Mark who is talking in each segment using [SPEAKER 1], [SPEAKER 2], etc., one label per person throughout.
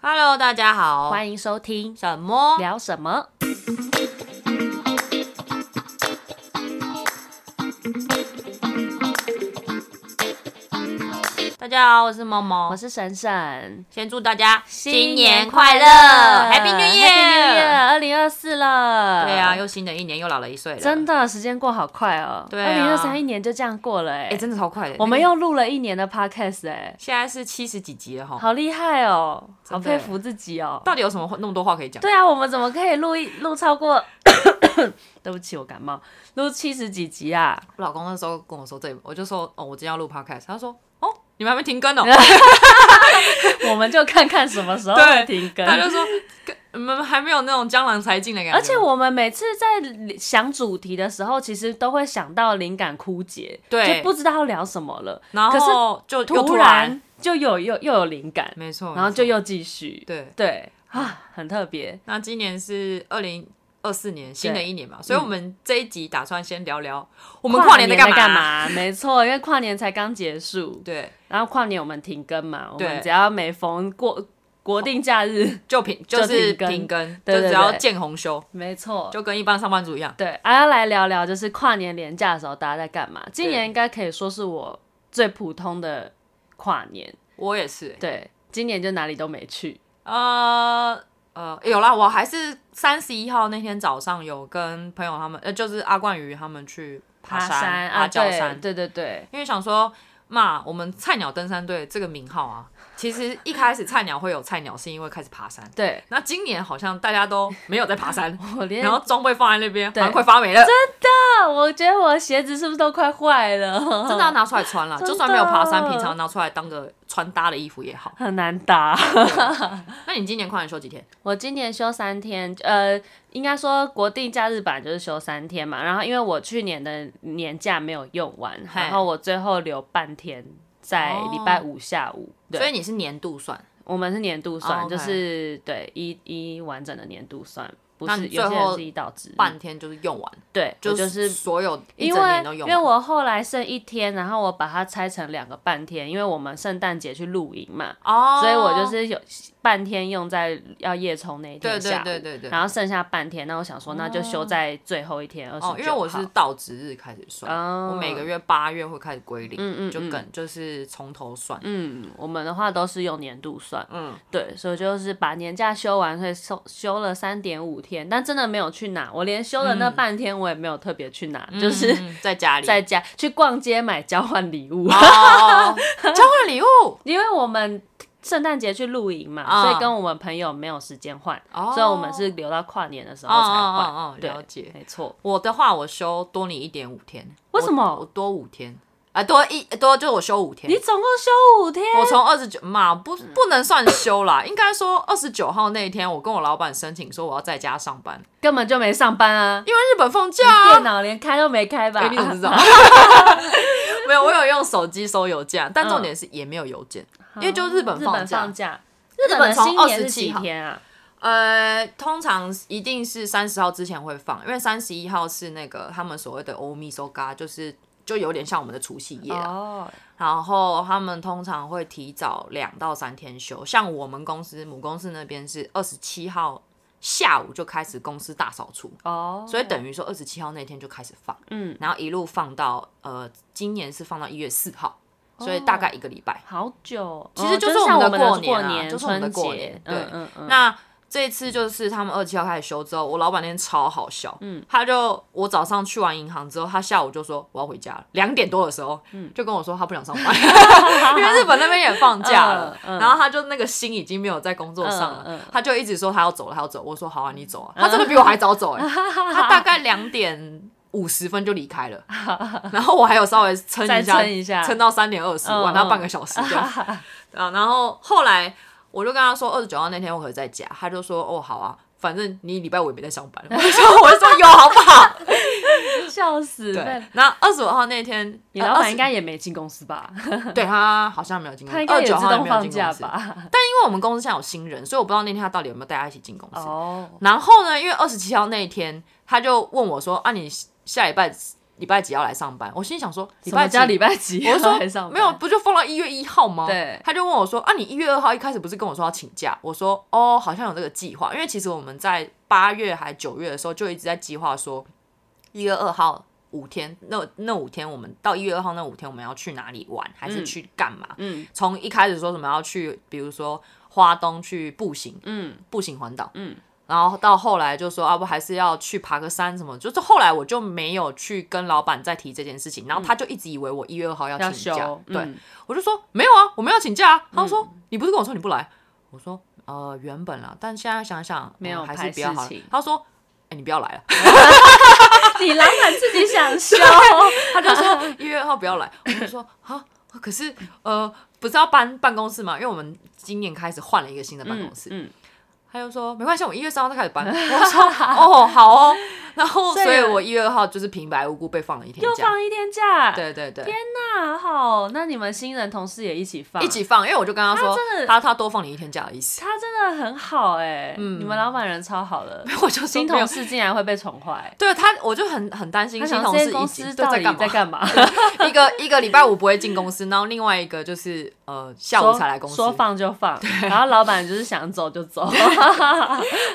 [SPEAKER 1] Hello，大家好，迎
[SPEAKER 2] 欢迎收听
[SPEAKER 1] 什么？
[SPEAKER 2] 聊什么？
[SPEAKER 1] 大家好，我是猫猫
[SPEAKER 2] 我。是沈沈，
[SPEAKER 1] 先祝大家新年快乐，Happy New Year！
[SPEAKER 2] 二零二四了。
[SPEAKER 1] 对啊，又新的一年又老了一岁了，
[SPEAKER 2] 真的时间过好快哦。
[SPEAKER 1] 对
[SPEAKER 2] 二零
[SPEAKER 1] 啊
[SPEAKER 2] 二三一年就这样过了哎、
[SPEAKER 1] 哎、真的超快的。
[SPEAKER 2] 我们
[SPEAKER 1] 那个
[SPEAKER 2] 又录了一年的 podcast 哎、
[SPEAKER 1] 现在是七十几集了哈，
[SPEAKER 2] 好厉害哦，好
[SPEAKER 1] 真的耶
[SPEAKER 2] 佩服自己哦。
[SPEAKER 1] 到底有什么话那么多话可以讲？
[SPEAKER 2] 对啊，我们怎么可以录一录超过？ 对不起，我感冒，录七十几集啊！
[SPEAKER 1] 我老公那时候跟我说这，我就说哦，我今天要录 podcast，他说哦，你们还没停 更哦，
[SPEAKER 2] 我们就看看什么时候
[SPEAKER 1] 对
[SPEAKER 2] 会停更。
[SPEAKER 1] 他就说跟你们还没有那种江郎才尽的感觉。
[SPEAKER 2] 而且我们每次在想主题的时候，其实都会想到灵感枯竭，
[SPEAKER 1] 对
[SPEAKER 2] 就不知道要聊什么了。
[SPEAKER 1] 然
[SPEAKER 2] 可是
[SPEAKER 1] 后就又
[SPEAKER 2] 突
[SPEAKER 1] 然，
[SPEAKER 2] 就有又又有灵感，
[SPEAKER 1] 没错，
[SPEAKER 2] 然后
[SPEAKER 1] 没错
[SPEAKER 2] 就又继续，
[SPEAKER 1] 对。
[SPEAKER 2] 对啊，很特别。
[SPEAKER 1] 那今年是二零二四年新的一年嘛，所以我们这一集打算先聊聊我
[SPEAKER 2] 我
[SPEAKER 1] 们跨年在
[SPEAKER 2] 嗯在
[SPEAKER 1] 干嘛。
[SPEAKER 2] 干嘛？没错，因为跨年才刚结束，
[SPEAKER 1] 对，
[SPEAKER 2] 然后跨年我们停更嘛，我
[SPEAKER 1] 对
[SPEAKER 2] 们只要每逢过国定假 日，
[SPEAKER 1] 就平就是
[SPEAKER 2] 就停更
[SPEAKER 1] 停更，
[SPEAKER 2] 对对
[SPEAKER 1] 就只要
[SPEAKER 2] 对
[SPEAKER 1] 见红休，
[SPEAKER 2] 没错。
[SPEAKER 1] 就跟一般上班族一样。
[SPEAKER 2] 对，啊，要来聊聊就是跨年连假的时候大家在干嘛？今年应该可以说是我最普通的跨年，
[SPEAKER 1] 我也是、欸
[SPEAKER 2] 对，今年就哪里都没去。
[SPEAKER 1] 呃呃，有啦，我还是三十一号那天早上有跟朋友他们，呃，就是阿冠宇他们去爬山，
[SPEAKER 2] 啊，
[SPEAKER 1] 阿胶
[SPEAKER 2] 对
[SPEAKER 1] 山，
[SPEAKER 2] 对对对，
[SPEAKER 1] 因为想说。嘛，我们菜鸟登山队这个名号啊，其实一开始菜鸟会有菜鸟，是因为开始爬山。
[SPEAKER 2] 对
[SPEAKER 1] 那今年好像大家都没有在爬 山，
[SPEAKER 2] 我连
[SPEAKER 1] 然后装备放在那边，好
[SPEAKER 2] 对
[SPEAKER 1] 像快发霉了，真
[SPEAKER 2] 啊，我觉得我的鞋子是不是都快坏 了？
[SPEAKER 1] 的要拿出来穿了。
[SPEAKER 2] 真
[SPEAKER 1] 哦
[SPEAKER 2] 的
[SPEAKER 1] 就算没有爬山，平常拿出来当个穿搭的衣服也好。
[SPEAKER 2] 很难打。
[SPEAKER 1] 那你今年跨年休几天？
[SPEAKER 2] 我今年休三天，呃，应该说国定假日版就是休三天嘛。然后因为我去年的年假没有用完，
[SPEAKER 1] 嗨
[SPEAKER 2] 然后我最后留半天在礼拜五下午。
[SPEAKER 1] 哦所以
[SPEAKER 2] 对，
[SPEAKER 1] 你是年度算，
[SPEAKER 2] 我们是年度
[SPEAKER 1] 哦
[SPEAKER 2] 算，
[SPEAKER 1] ，OK
[SPEAKER 2] 就是对一一完整的年度算，不
[SPEAKER 1] 那
[SPEAKER 2] 是
[SPEAKER 1] 你
[SPEAKER 2] 有些
[SPEAKER 1] 最后
[SPEAKER 2] 人是一到值日
[SPEAKER 1] 半天就是用完，
[SPEAKER 2] 对，嗯我就是
[SPEAKER 1] 所有一
[SPEAKER 2] 因
[SPEAKER 1] 整
[SPEAKER 2] 为
[SPEAKER 1] 年都
[SPEAKER 2] 因
[SPEAKER 1] 用
[SPEAKER 2] 为
[SPEAKER 1] 完。
[SPEAKER 2] 我后来剩一天，然后我把它拆成两个半天，因为我们圣诞节去露营嘛，
[SPEAKER 1] 哦，
[SPEAKER 2] 所以我就是有半天用在要夜冲那一
[SPEAKER 1] 对
[SPEAKER 2] 天
[SPEAKER 1] 对
[SPEAKER 2] 下午，
[SPEAKER 1] 对对对。
[SPEAKER 2] 然后剩下半天，那我想说那就休在最后一天二十九
[SPEAKER 1] 哦，因为我是到值日开始算，
[SPEAKER 2] 哦
[SPEAKER 1] 我每个月八月会开始归零，
[SPEAKER 2] 嗯嗯
[SPEAKER 1] 就
[SPEAKER 2] 嗯
[SPEAKER 1] 跟就是从头算。
[SPEAKER 2] 嗯，我们的话都是用年度算，
[SPEAKER 1] 嗯，
[SPEAKER 2] 对，所以就是把年假休完，所以休休了三点五天，但真的没有去哪，我连休了那半天我也没有特别去哪，就是
[SPEAKER 1] 嗯嗯在家里
[SPEAKER 2] 在家去逛街买交换礼物。
[SPEAKER 1] 哦哦，哦交换礼物
[SPEAKER 2] 因为我们圣诞节去露营嘛，
[SPEAKER 1] 啊
[SPEAKER 2] 所以跟我们朋友没有时间换，
[SPEAKER 1] 哦
[SPEAKER 2] 所以我们是留到跨年的时
[SPEAKER 1] 哦
[SPEAKER 2] 候才换。
[SPEAKER 1] 哦哦，哦
[SPEAKER 2] 对
[SPEAKER 1] 了解。
[SPEAKER 2] 没错，
[SPEAKER 1] 我的话，我休多你一点五天。
[SPEAKER 2] 为什么
[SPEAKER 1] 我我多五天？啊、多一多就是我休五天
[SPEAKER 2] 你。总共休五天，
[SPEAKER 1] 我从二十九嘛，不不能算休 啦，应该说二十九号那一天，我跟我老板申请说我要在家上班，
[SPEAKER 2] 根本就没上班啊！
[SPEAKER 1] 因为日本放假、啊。
[SPEAKER 2] 电脑啊连开都没开吧？
[SPEAKER 1] 哎你怎么知道？ 没有，我有用手机收邮件，啊但重点是也没有邮件，因为就日本
[SPEAKER 2] 嗯日
[SPEAKER 1] 放
[SPEAKER 2] 本
[SPEAKER 1] 假
[SPEAKER 2] 放。假，日本
[SPEAKER 1] 本
[SPEAKER 2] 的
[SPEAKER 1] 从
[SPEAKER 2] 新年是
[SPEAKER 1] 27
[SPEAKER 2] 几
[SPEAKER 1] 号
[SPEAKER 2] 天啊？
[SPEAKER 1] 呃，通常一定是三十号之前会放，因为三十一号是那个他们所谓的欧米收嘎，就是就有点像我们的除夕夜啊。
[SPEAKER 2] 哦，
[SPEAKER 1] 然后他们通常会提早两到三天休，像我们公司母公司那边是二十七号下午就开始公司大扫除，
[SPEAKER 2] 哦，
[SPEAKER 1] 所以等于说二十七号那天就开始放，
[SPEAKER 2] 嗯，
[SPEAKER 1] 然后一路放到呃今年是放到一月四号，所以大概一个礼拜。
[SPEAKER 2] 好久哦，
[SPEAKER 1] 其实
[SPEAKER 2] 就
[SPEAKER 1] 就是
[SPEAKER 2] 像
[SPEAKER 1] 我
[SPEAKER 2] 我
[SPEAKER 1] 们的
[SPEAKER 2] 们
[SPEAKER 1] 过
[SPEAKER 2] 过
[SPEAKER 1] 年啊就是我们的
[SPEAKER 2] 春
[SPEAKER 1] 过年
[SPEAKER 2] 节，
[SPEAKER 1] 对
[SPEAKER 2] 嗯嗯嗯，
[SPEAKER 1] 那这次就是他们二七号开始休之后，我老板那天超好笑，嗯，他就我早上去完银行之后，他下午就说我要回家
[SPEAKER 2] 嗯
[SPEAKER 1] 了，两点多的时候，就跟我说他不想上 班， 因为日本那边也放假了，
[SPEAKER 2] 嗯嗯
[SPEAKER 1] 然后他就那个心已经没有在工作上了，
[SPEAKER 2] 嗯嗯嗯
[SPEAKER 1] 他就一直说他要走了，他要走，我说好啊，你走啊，他真的比我还早走哎、 他大概两点。五十分就离开 了，然后我还有稍微撑一
[SPEAKER 2] 再
[SPEAKER 1] 下，
[SPEAKER 2] 撑一下
[SPEAKER 1] 撑到三点二十，
[SPEAKER 2] 嗯
[SPEAKER 1] 晚到
[SPEAKER 2] 嗯
[SPEAKER 1] 半个小时 这样。啊，然后后来我就跟他说，二十九号那天我可以在家，他就说，哦，好啊，反正你礼拜五也没在上班。我就 说，我就说有好不好？
[SPEAKER 2] 笑死！
[SPEAKER 1] 对
[SPEAKER 2] 被。
[SPEAKER 1] 然后二十五号那天，
[SPEAKER 2] 你老板应
[SPEAKER 1] 该
[SPEAKER 2] 该也没进公司吧？
[SPEAKER 1] 对他好像没有进公
[SPEAKER 2] 他
[SPEAKER 1] 司
[SPEAKER 2] 应，
[SPEAKER 1] 嗯
[SPEAKER 2] 该
[SPEAKER 1] 二
[SPEAKER 2] 也
[SPEAKER 1] 九
[SPEAKER 2] 自
[SPEAKER 1] 号也
[SPEAKER 2] 动
[SPEAKER 1] 没有
[SPEAKER 2] 放
[SPEAKER 1] 进公
[SPEAKER 2] 假
[SPEAKER 1] 司。但
[SPEAKER 2] 吧？
[SPEAKER 1] 因为我们公司现在有新人，所以我不知道那天他到底有没有带他一起进公司。
[SPEAKER 2] 哦，
[SPEAKER 1] 然后呢，因为二十七号那一天，他就问我说，啊，你下礼拜礼拜几要来上班？我心里想说礼
[SPEAKER 2] 什么
[SPEAKER 1] 拜几
[SPEAKER 2] 叫礼拜几？
[SPEAKER 1] 我就
[SPEAKER 2] 要来上
[SPEAKER 1] 说
[SPEAKER 2] 班
[SPEAKER 1] 没有，，不就放到一月一号吗？
[SPEAKER 2] 对
[SPEAKER 1] 他就问我说啊，你一月二号一开始不是跟我说要请假？我说哦，好像有这个计划，因为其实我们在八月还九月的时候就一直在计划说一月二号。五天，那那五天我们到一月二号那五天我们要去哪里玩，还是
[SPEAKER 2] 嗯
[SPEAKER 1] 去干嘛？
[SPEAKER 2] 嗯
[SPEAKER 1] 从一开始说什么要去，比如说花东去步行，
[SPEAKER 2] 嗯，
[SPEAKER 1] 步行环岛，
[SPEAKER 2] 嗯，
[SPEAKER 1] 然后到后来就说啊不还是要去爬个山什么，就是后来我就没有去跟老板再提这件事情，然后他就一直以为我一月二号要
[SPEAKER 2] 嗯要
[SPEAKER 1] 请假，
[SPEAKER 2] 休，
[SPEAKER 1] 对、
[SPEAKER 2] 嗯
[SPEAKER 1] 我就说没有啊，我没有请假啊，他说、你不是跟我说你不来，我说呃原本啦，但现在想想嗯
[SPEAKER 2] 没有
[SPEAKER 1] 还
[SPEAKER 2] 排
[SPEAKER 1] 是比较
[SPEAKER 2] 事
[SPEAKER 1] 好了
[SPEAKER 2] 情，
[SPEAKER 1] 他说哎、你不要来了，
[SPEAKER 2] 你老板自己想 休，
[SPEAKER 1] 他就说一月二号不要来，我就说啊，可是呃不是要搬办公室嘛，因为我们今年开始换了一个新的办公室，
[SPEAKER 2] 嗯，
[SPEAKER 1] 他就说没关系，我一月三号再开始 搬。我说哦，好哦。然后，
[SPEAKER 2] 所以
[SPEAKER 1] 所以我一月二号就是平白无故被放了一天
[SPEAKER 2] 又
[SPEAKER 1] 假。
[SPEAKER 2] 放一天假，，
[SPEAKER 1] 对对对，
[SPEAKER 2] 那好，那你们新人同事也一起放，
[SPEAKER 1] 一起放，因为我就跟他说
[SPEAKER 2] 他真，的
[SPEAKER 1] 他他多放你一天假的意思。
[SPEAKER 2] 他真的很好哎、
[SPEAKER 1] 嗯
[SPEAKER 2] 你们老板人超 好的，
[SPEAKER 1] 我就说
[SPEAKER 2] 新
[SPEAKER 1] 没有
[SPEAKER 2] 同，事竟然会被宠坏，
[SPEAKER 1] 对他，我就很很担心
[SPEAKER 2] 他
[SPEAKER 1] 新
[SPEAKER 2] 想
[SPEAKER 1] 同
[SPEAKER 2] 这
[SPEAKER 1] 事
[SPEAKER 2] 些
[SPEAKER 1] 已
[SPEAKER 2] 公
[SPEAKER 1] 经
[SPEAKER 2] 司
[SPEAKER 1] 都
[SPEAKER 2] 到
[SPEAKER 1] 在
[SPEAKER 2] 底
[SPEAKER 1] 干
[SPEAKER 2] 在
[SPEAKER 1] 嘛？
[SPEAKER 2] 干嘛？
[SPEAKER 1] 一个一个礼拜五不会进公司，然后另外一个就是呃 下午
[SPEAKER 2] 说
[SPEAKER 1] 才来公司，
[SPEAKER 2] 说放就放，然后老板就是想走就走，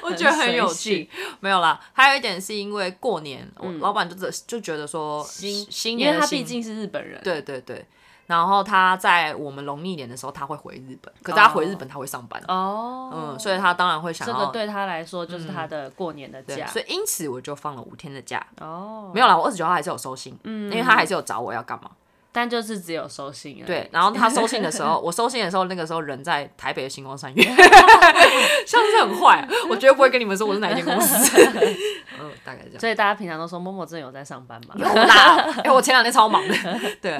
[SPEAKER 1] 我觉得很有
[SPEAKER 2] 随性嗯
[SPEAKER 1] 趣。没有啦，还有一点是因为过年，我老板就只就觉得说新新
[SPEAKER 2] 因
[SPEAKER 1] 年
[SPEAKER 2] 为
[SPEAKER 1] 的
[SPEAKER 2] 他
[SPEAKER 1] 新
[SPEAKER 2] 毕竟是日本人，
[SPEAKER 1] 对对对，然后他在我们农历年的时候他会回日本，可是他回日本他会上班，
[SPEAKER 2] 哦，
[SPEAKER 1] 嗯，所以他当然会想
[SPEAKER 2] 这
[SPEAKER 1] 要
[SPEAKER 2] 个对他来说就是他的过年的
[SPEAKER 1] 对
[SPEAKER 2] 假，
[SPEAKER 1] 所以因此我就放了五天的假，
[SPEAKER 2] 哦，
[SPEAKER 1] 没有啦，我二十九号还是有收信，嗯，因为他还是有找我要干嘛，
[SPEAKER 2] 但就是只有收信而已
[SPEAKER 1] 对，然后他收信的时候， 我收信的时候那个时候人在台北的星光三月，像是很坏，啊我绝对不会跟你们说我是哪一间公 司，嗯，大概这样。
[SPEAKER 2] 所以大家平常都说默默真的有在上班吗？
[SPEAKER 1] 有啦，哎、我前两天超 忙的，对，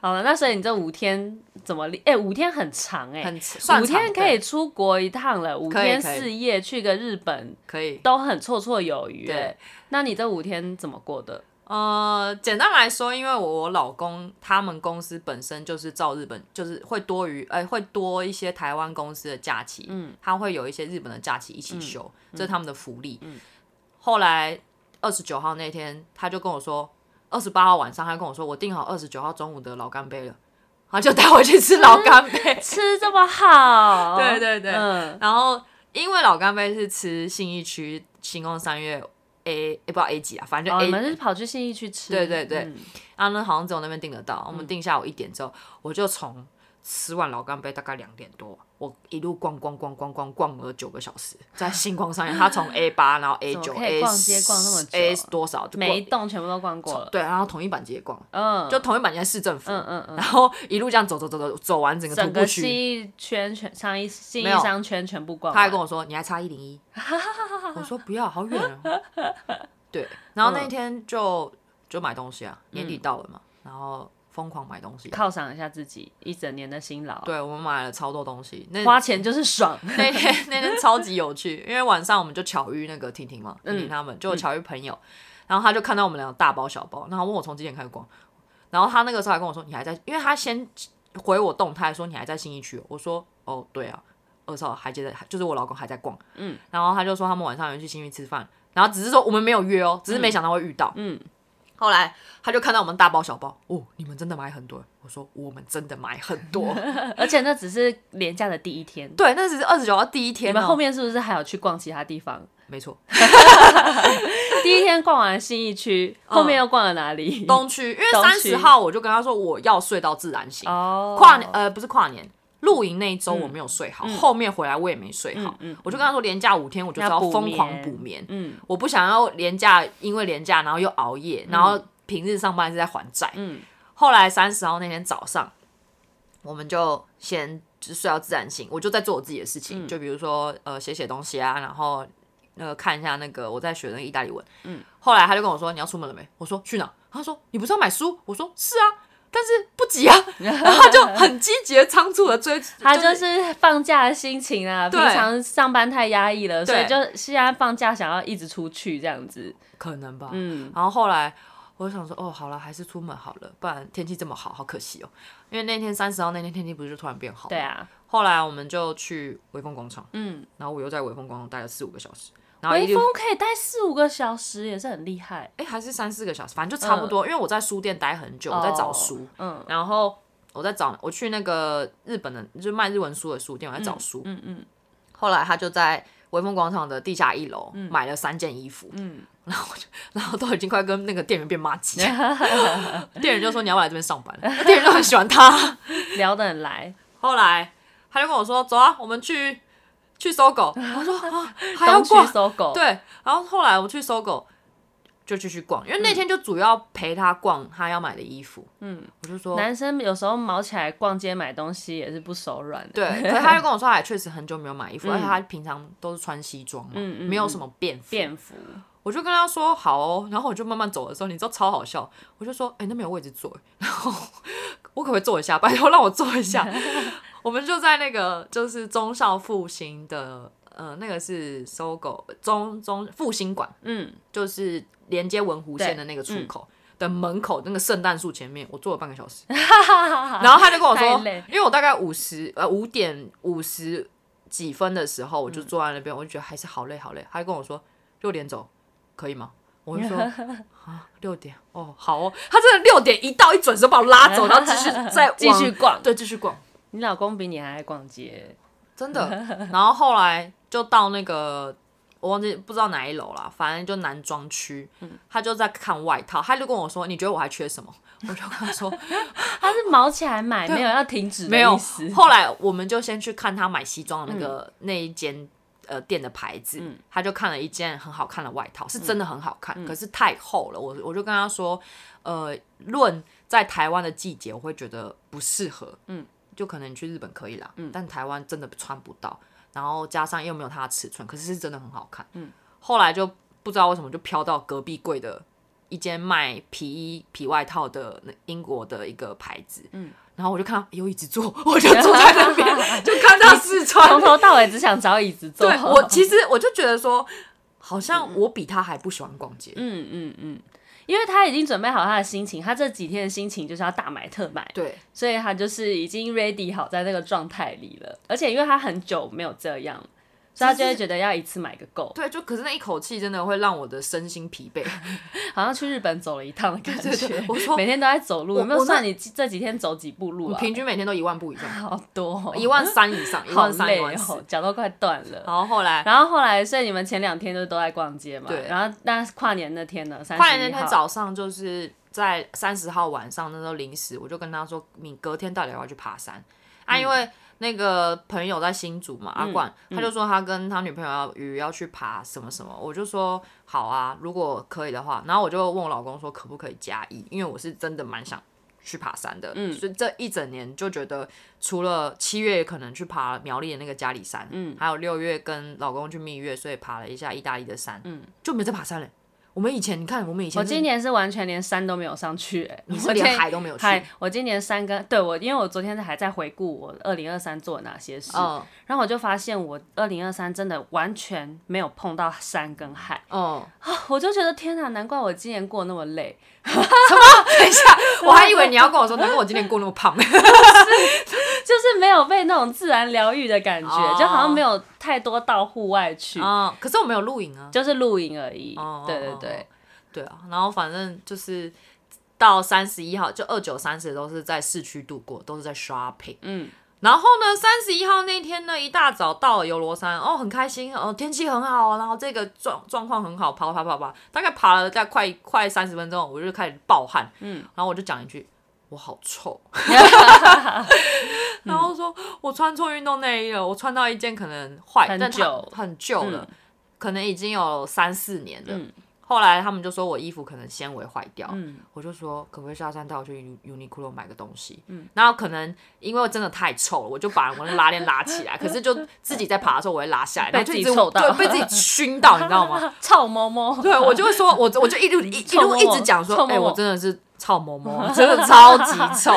[SPEAKER 2] 好了，那所以你这五天怎么利？哎、五天很长哎、
[SPEAKER 1] 很算
[SPEAKER 2] 五天
[SPEAKER 1] 长
[SPEAKER 2] 可以
[SPEAKER 1] 对
[SPEAKER 2] 出国一趟了，五
[SPEAKER 1] 可以
[SPEAKER 2] 天
[SPEAKER 1] 可以
[SPEAKER 2] 四夜去个日本
[SPEAKER 1] 可以，
[SPEAKER 2] 都很绰绰有余
[SPEAKER 1] 对
[SPEAKER 2] 哎。那你这五天怎么过的？
[SPEAKER 1] 呃，简单来说，因为我老公他们公司本身就是照日本，就是会多余，呃，会多一些台湾公司的假期，嗯，他会有一些日本的假期一起休，这是他们的福利。嗯，后来二十九号那天，他就跟我说，二十八号晚上他跟我说，我订好二十九号中午的老干杯了，他就带我去吃老干杯。
[SPEAKER 2] 吃这么好，
[SPEAKER 1] 对对对
[SPEAKER 2] 嗯，
[SPEAKER 1] 然后因为老干杯是吃信义区星光三月 A，也、不知道 A 几啊，反正
[SPEAKER 2] 哦，
[SPEAKER 1] 就 A
[SPEAKER 2] 你们是跑去信义去吃，
[SPEAKER 1] 对对对
[SPEAKER 2] 嗯
[SPEAKER 1] 啊，那好像只有那边订得到。我们订下午一点之后，我就从吃完老干杯大概两点多，我一路逛逛逛逛逛逛了九个小时，在星光商业，他从 A 八，然后 A
[SPEAKER 2] 怎
[SPEAKER 1] 九
[SPEAKER 2] 么可以
[SPEAKER 1] ，A
[SPEAKER 2] 逛街逛那么久啊
[SPEAKER 1] A 多少就
[SPEAKER 2] 每一
[SPEAKER 1] 逛
[SPEAKER 2] 栋全部都逛过了，
[SPEAKER 1] 对，然后同一板街逛，
[SPEAKER 2] 嗯，
[SPEAKER 1] 就同一板街在市政府，
[SPEAKER 2] 嗯嗯嗯
[SPEAKER 1] 然，后一路这样走走走走走完整个徒
[SPEAKER 2] 整
[SPEAKER 1] 步
[SPEAKER 2] 个
[SPEAKER 1] 区。
[SPEAKER 2] 信义圈全商一信义
[SPEAKER 1] 没有
[SPEAKER 2] 商圈全部逛
[SPEAKER 1] 他
[SPEAKER 2] 完，
[SPEAKER 1] 还跟我说你还差一零一，我说不要，好远哦。 对，然
[SPEAKER 2] 嗯
[SPEAKER 1] 后那天就就买东西啊，年底到了嘛，然后疯狂买东西。
[SPEAKER 2] 犒赏一下自己一整年的辛劳，
[SPEAKER 1] 对，我们买了超多东西，那
[SPEAKER 2] 花钱就是爽，
[SPEAKER 1] 那天那天超级有趣，因为晚上我们就巧遇那个婷婷嘛，
[SPEAKER 2] 嗯
[SPEAKER 1] 婷婷他们就有巧遇朋友，然后他就看到我们两个大包小包，然后问我从几点开始逛，然后他那个时候还跟我说你还在，因为他先回我动态说你还在新一区哦，我说哦对啊，二少还接着，就是我老公还在逛，嗯，然后他就说他们晚上有去新一吃饭，然后只是说我们没有约哦，只是没想到会遇到，
[SPEAKER 2] 嗯
[SPEAKER 1] 后来他就看到我们大包小包，哦，你们真的买很多，我说我们真的买很多，
[SPEAKER 2] 而且那只是廉价的第一天。
[SPEAKER 1] 对，那只是二十九号第一
[SPEAKER 2] 你
[SPEAKER 1] 天、哦，
[SPEAKER 2] 们后面是不是还有去逛其他地方？
[SPEAKER 1] 没错。
[SPEAKER 2] 第一天逛完信义区，后面又逛了哪 里？
[SPEAKER 1] 嗯东区，因为
[SPEAKER 2] 东
[SPEAKER 1] 三
[SPEAKER 2] 区
[SPEAKER 1] 十号我就跟他说我要睡到自然醒。
[SPEAKER 2] 哦，
[SPEAKER 1] 跨年呃不是跨年，露营那一
[SPEAKER 2] 嗯
[SPEAKER 1] 周我没有睡好，后面回来我也没睡好，
[SPEAKER 2] 嗯嗯
[SPEAKER 1] 我就跟他说连假五天我就是
[SPEAKER 2] 要
[SPEAKER 1] 要
[SPEAKER 2] 补
[SPEAKER 1] 疯狂
[SPEAKER 2] 眠
[SPEAKER 1] 补眠，
[SPEAKER 2] 嗯
[SPEAKER 1] 我不想要连假因为连假然后又熬夜，然后平日上班是在还债。
[SPEAKER 2] 嗯，
[SPEAKER 1] 后来三十号那天早上，我们就先就睡到自然醒，我就在做我自己的事
[SPEAKER 2] 嗯
[SPEAKER 1] 情，就比如说呃写写东西啊，然后那个看一下那个我在学那个意大利文。嗯，后来他就跟我说你要出门了没？我说去哪？他说你不是要买书？我说是啊。但是不急啊，然后他就很积极地仓促的追，
[SPEAKER 2] 他就是放假的心情啊，平
[SPEAKER 1] 对
[SPEAKER 2] 常上班太压抑了，所
[SPEAKER 1] 对
[SPEAKER 2] 以就现在放假想要一直出去这样子。
[SPEAKER 1] 可能吧，
[SPEAKER 2] 嗯，
[SPEAKER 1] 然后后来我就想说，哦，好了，还是出门好了，不然天气这么好，好可惜哦。因为那天三十号那天天气不是就突然变好？
[SPEAKER 2] 对。啊，
[SPEAKER 1] 后来我们就去微风广场，
[SPEAKER 2] 嗯，
[SPEAKER 1] 然后我又在微风广场待了四五个小时。然后一
[SPEAKER 2] 微
[SPEAKER 1] 路
[SPEAKER 2] 风可以待四五个小时，也是很厉害。
[SPEAKER 1] 哎、还是三四个小时，反正就差不多。因为我在书店待很久，我在找书，
[SPEAKER 2] 嗯
[SPEAKER 1] 然后我在找，我去那个日本的，就是卖日文书的书店，我在找书。
[SPEAKER 2] 嗯嗯，
[SPEAKER 1] 后来他就在微风广场的地下一楼、买了三件衣服，
[SPEAKER 2] 嗯，
[SPEAKER 1] 然后都已经快跟那个店员变骂街， 店员就说你要不要来这边上班，那店员就很喜欢他。
[SPEAKER 2] 聊得很来，
[SPEAKER 1] 后来他就跟我说，走啊，我们去去搜狗。我说啊，还要
[SPEAKER 2] 东区
[SPEAKER 1] 逛
[SPEAKER 2] 搜狗，
[SPEAKER 1] 对，然后后来我去搜狗，就继续逛，因为
[SPEAKER 2] 嗯
[SPEAKER 1] 那天就主要陪他逛他要买的衣服。嗯，我就说
[SPEAKER 2] 男生有时候毛起来逛街买东西也是不手软的。
[SPEAKER 1] 对，可是他就跟我说，他也确实很久没有买衣服，而且他平常都是穿西装嘛，
[SPEAKER 2] 嗯嗯嗯
[SPEAKER 1] 没有什么变变。
[SPEAKER 2] 便服，
[SPEAKER 1] 我就跟他说好哦，然后我就慢慢走的时候，你知道超好笑，我就说哎、那边有位置坐， 然后我可不可以坐一下？拜托让我坐一下。我们就在那个就是中校复兴的呃那个是搜狗中中复兴馆，
[SPEAKER 2] 嗯，
[SPEAKER 1] 就是连接文湖线的那个出口的门口那个圣诞树前面，我坐了半个小 时。然后他就跟我
[SPEAKER 2] 太
[SPEAKER 1] 说
[SPEAKER 2] 累，
[SPEAKER 1] 因为我大概五十呃五点五十几分的时候，我
[SPEAKER 2] 嗯
[SPEAKER 1] 就坐在那边，我就觉得还是好累好累。他就跟我说六点走可 以吗？我就说啊六点哦好哦，他真的六点一到一准时就把我拉 走，然后继续再往
[SPEAKER 2] 继续逛。
[SPEAKER 1] 对继续逛，
[SPEAKER 2] 你老公比你还爱逛街，
[SPEAKER 1] 真的。然后后来就到那个我忘记不知道哪一楼啦，反正就男装区，
[SPEAKER 2] 嗯
[SPEAKER 1] 他就在看外套，他就跟我说：“你觉得我还缺什么？”我就跟他说
[SPEAKER 2] 他是毛起来买，没有要停止：“的
[SPEAKER 1] 没有
[SPEAKER 2] 意思。。”嗯
[SPEAKER 1] 后来我们就先去看他买西装的那个、那一间。呃，店的牌子，他就看了一件很好看的外套，是
[SPEAKER 2] 嗯
[SPEAKER 1] 真的很好看，可是太厚了。我我就跟他说，呃，论在台湾的季节，我会觉得不适合，嗯，就可能你去日本可以啦，嗯，但台湾真的穿不到，然后加上又没有它的尺寸，可是是真的很好看，嗯，后来就不知道为什么就飘到隔壁柜的一间卖皮衣皮外套的那英国的一个牌子，嗯，然后我就看到有椅子坐， 我就坐在那 边就看他试穿
[SPEAKER 2] 从，头到尾只想找椅子坐。
[SPEAKER 1] 对我其实我就觉得说，好像我比他还不喜欢逛街，
[SPEAKER 2] 嗯嗯嗯，因为他已经准备好他的心情，他这几天的心情就是要大买特买，
[SPEAKER 1] 对，
[SPEAKER 2] 所以他就是已经 ready 好在那个状态里了。而且因为他很久没有这样，所以他就会觉得要一次买个够，
[SPEAKER 1] 对，就可是那一口气真的会让我的身心疲 惫。
[SPEAKER 2] 好像去日本走了一趟的感觉。
[SPEAKER 1] 对对对我说
[SPEAKER 2] 每天都在走路，
[SPEAKER 1] 我
[SPEAKER 2] 有没有
[SPEAKER 1] 我那
[SPEAKER 2] 算你这几天走几步路
[SPEAKER 1] 我
[SPEAKER 2] 啊？
[SPEAKER 1] 平均每天都一万步以上，
[SPEAKER 2] 好多哦、
[SPEAKER 1] 一万三以上，一
[SPEAKER 2] 好
[SPEAKER 1] 万三、
[SPEAKER 2] 累
[SPEAKER 1] 一万四。
[SPEAKER 2] 哦，脚都快断了。
[SPEAKER 1] 然后后来
[SPEAKER 2] 然后后来，所以你们前两天就都在逛街嘛。
[SPEAKER 1] 对
[SPEAKER 2] 然后，那跨年那天呢？
[SPEAKER 1] 跨
[SPEAKER 2] 跨
[SPEAKER 1] 年那天早上就是在三十号晚上那时候零时，我就跟他说，你隔天到底要不要去爬山啊？因为那个朋友在新竹嘛，阿冠、他就说他跟他女朋友要约要去爬什么什么，我就说好啊，如果可以的话，然后我就问我老公说可不可以加一，因为我是真的蛮想。去爬山的，嗯，所以这一整年就觉得，除了七月可能去爬苗栗的那个嘉里山，嗯，还有六月跟老公去蜜月，所以爬了一下意大利的山，嗯，就没再爬山了。我们以前你看，我们以前
[SPEAKER 2] 我
[SPEAKER 1] 是
[SPEAKER 2] 今年是完全连山都没有上去、欸，
[SPEAKER 1] 你
[SPEAKER 2] 我
[SPEAKER 1] 是
[SPEAKER 2] 今
[SPEAKER 1] 连
[SPEAKER 2] 天
[SPEAKER 1] 海都没有去，
[SPEAKER 2] 嗨，我今年三跟对我，因为我昨天还在回顾我二零二三做了哪些事，
[SPEAKER 1] 嗯
[SPEAKER 2] 然后我就发现我二零二三真的完全没有碰到山跟海
[SPEAKER 1] 嗯，
[SPEAKER 2] 啊，我就觉得天哪，难怪我今年过那么累，
[SPEAKER 1] 等一下，我还以为你要跟我说，难怪我今年过那么 胖。
[SPEAKER 2] 就是没有被那种自然疗愈的感觉，
[SPEAKER 1] 哦
[SPEAKER 2] 就好像没有太多到户外去，
[SPEAKER 1] 嗯， 可是我没有露营啊。
[SPEAKER 2] 就是露营而已。
[SPEAKER 1] 哦
[SPEAKER 2] 对对对，
[SPEAKER 1] 对啊，然后反正就是到三十一号，就二九三十都是在市区度过，都是在 shopping。
[SPEAKER 2] 嗯，
[SPEAKER 1] 然后呢，三十一号那天呢，一大早到了游罗山，哦，很开心，哦，天气很好，然后这个状状况很好，爬爬爬爬，大概爬了大概快快三十分钟，我就开始暴汗，嗯，然后我就讲一句，我好 臭， 然后说我穿错运动内衣了，我穿到一件可能坏，
[SPEAKER 2] 很
[SPEAKER 1] 但它
[SPEAKER 2] 久
[SPEAKER 1] 很旧了，可能已经有三四年了。
[SPEAKER 2] 嗯
[SPEAKER 1] 后来他们就说我衣服可能纤维坏掉，
[SPEAKER 2] 嗯
[SPEAKER 1] 我就说可不可以下山带我去 U- Uniqlo 买个东西？嗯，然后可能因为真的太臭了，我就把我的拉链拉起来，可是就自己在爬的时候我会拉下来，
[SPEAKER 2] 被
[SPEAKER 1] 然后就一直
[SPEAKER 2] 自己臭到
[SPEAKER 1] 对，被自己熏到，你知道吗？
[SPEAKER 2] 臭摸摸，
[SPEAKER 1] 对，我就会说，我我就一路一一
[SPEAKER 2] 臭
[SPEAKER 1] 路
[SPEAKER 2] 某某
[SPEAKER 1] 一直讲说
[SPEAKER 2] 臭，某某
[SPEAKER 1] 哎、我真的是臭某某，真的超级臭，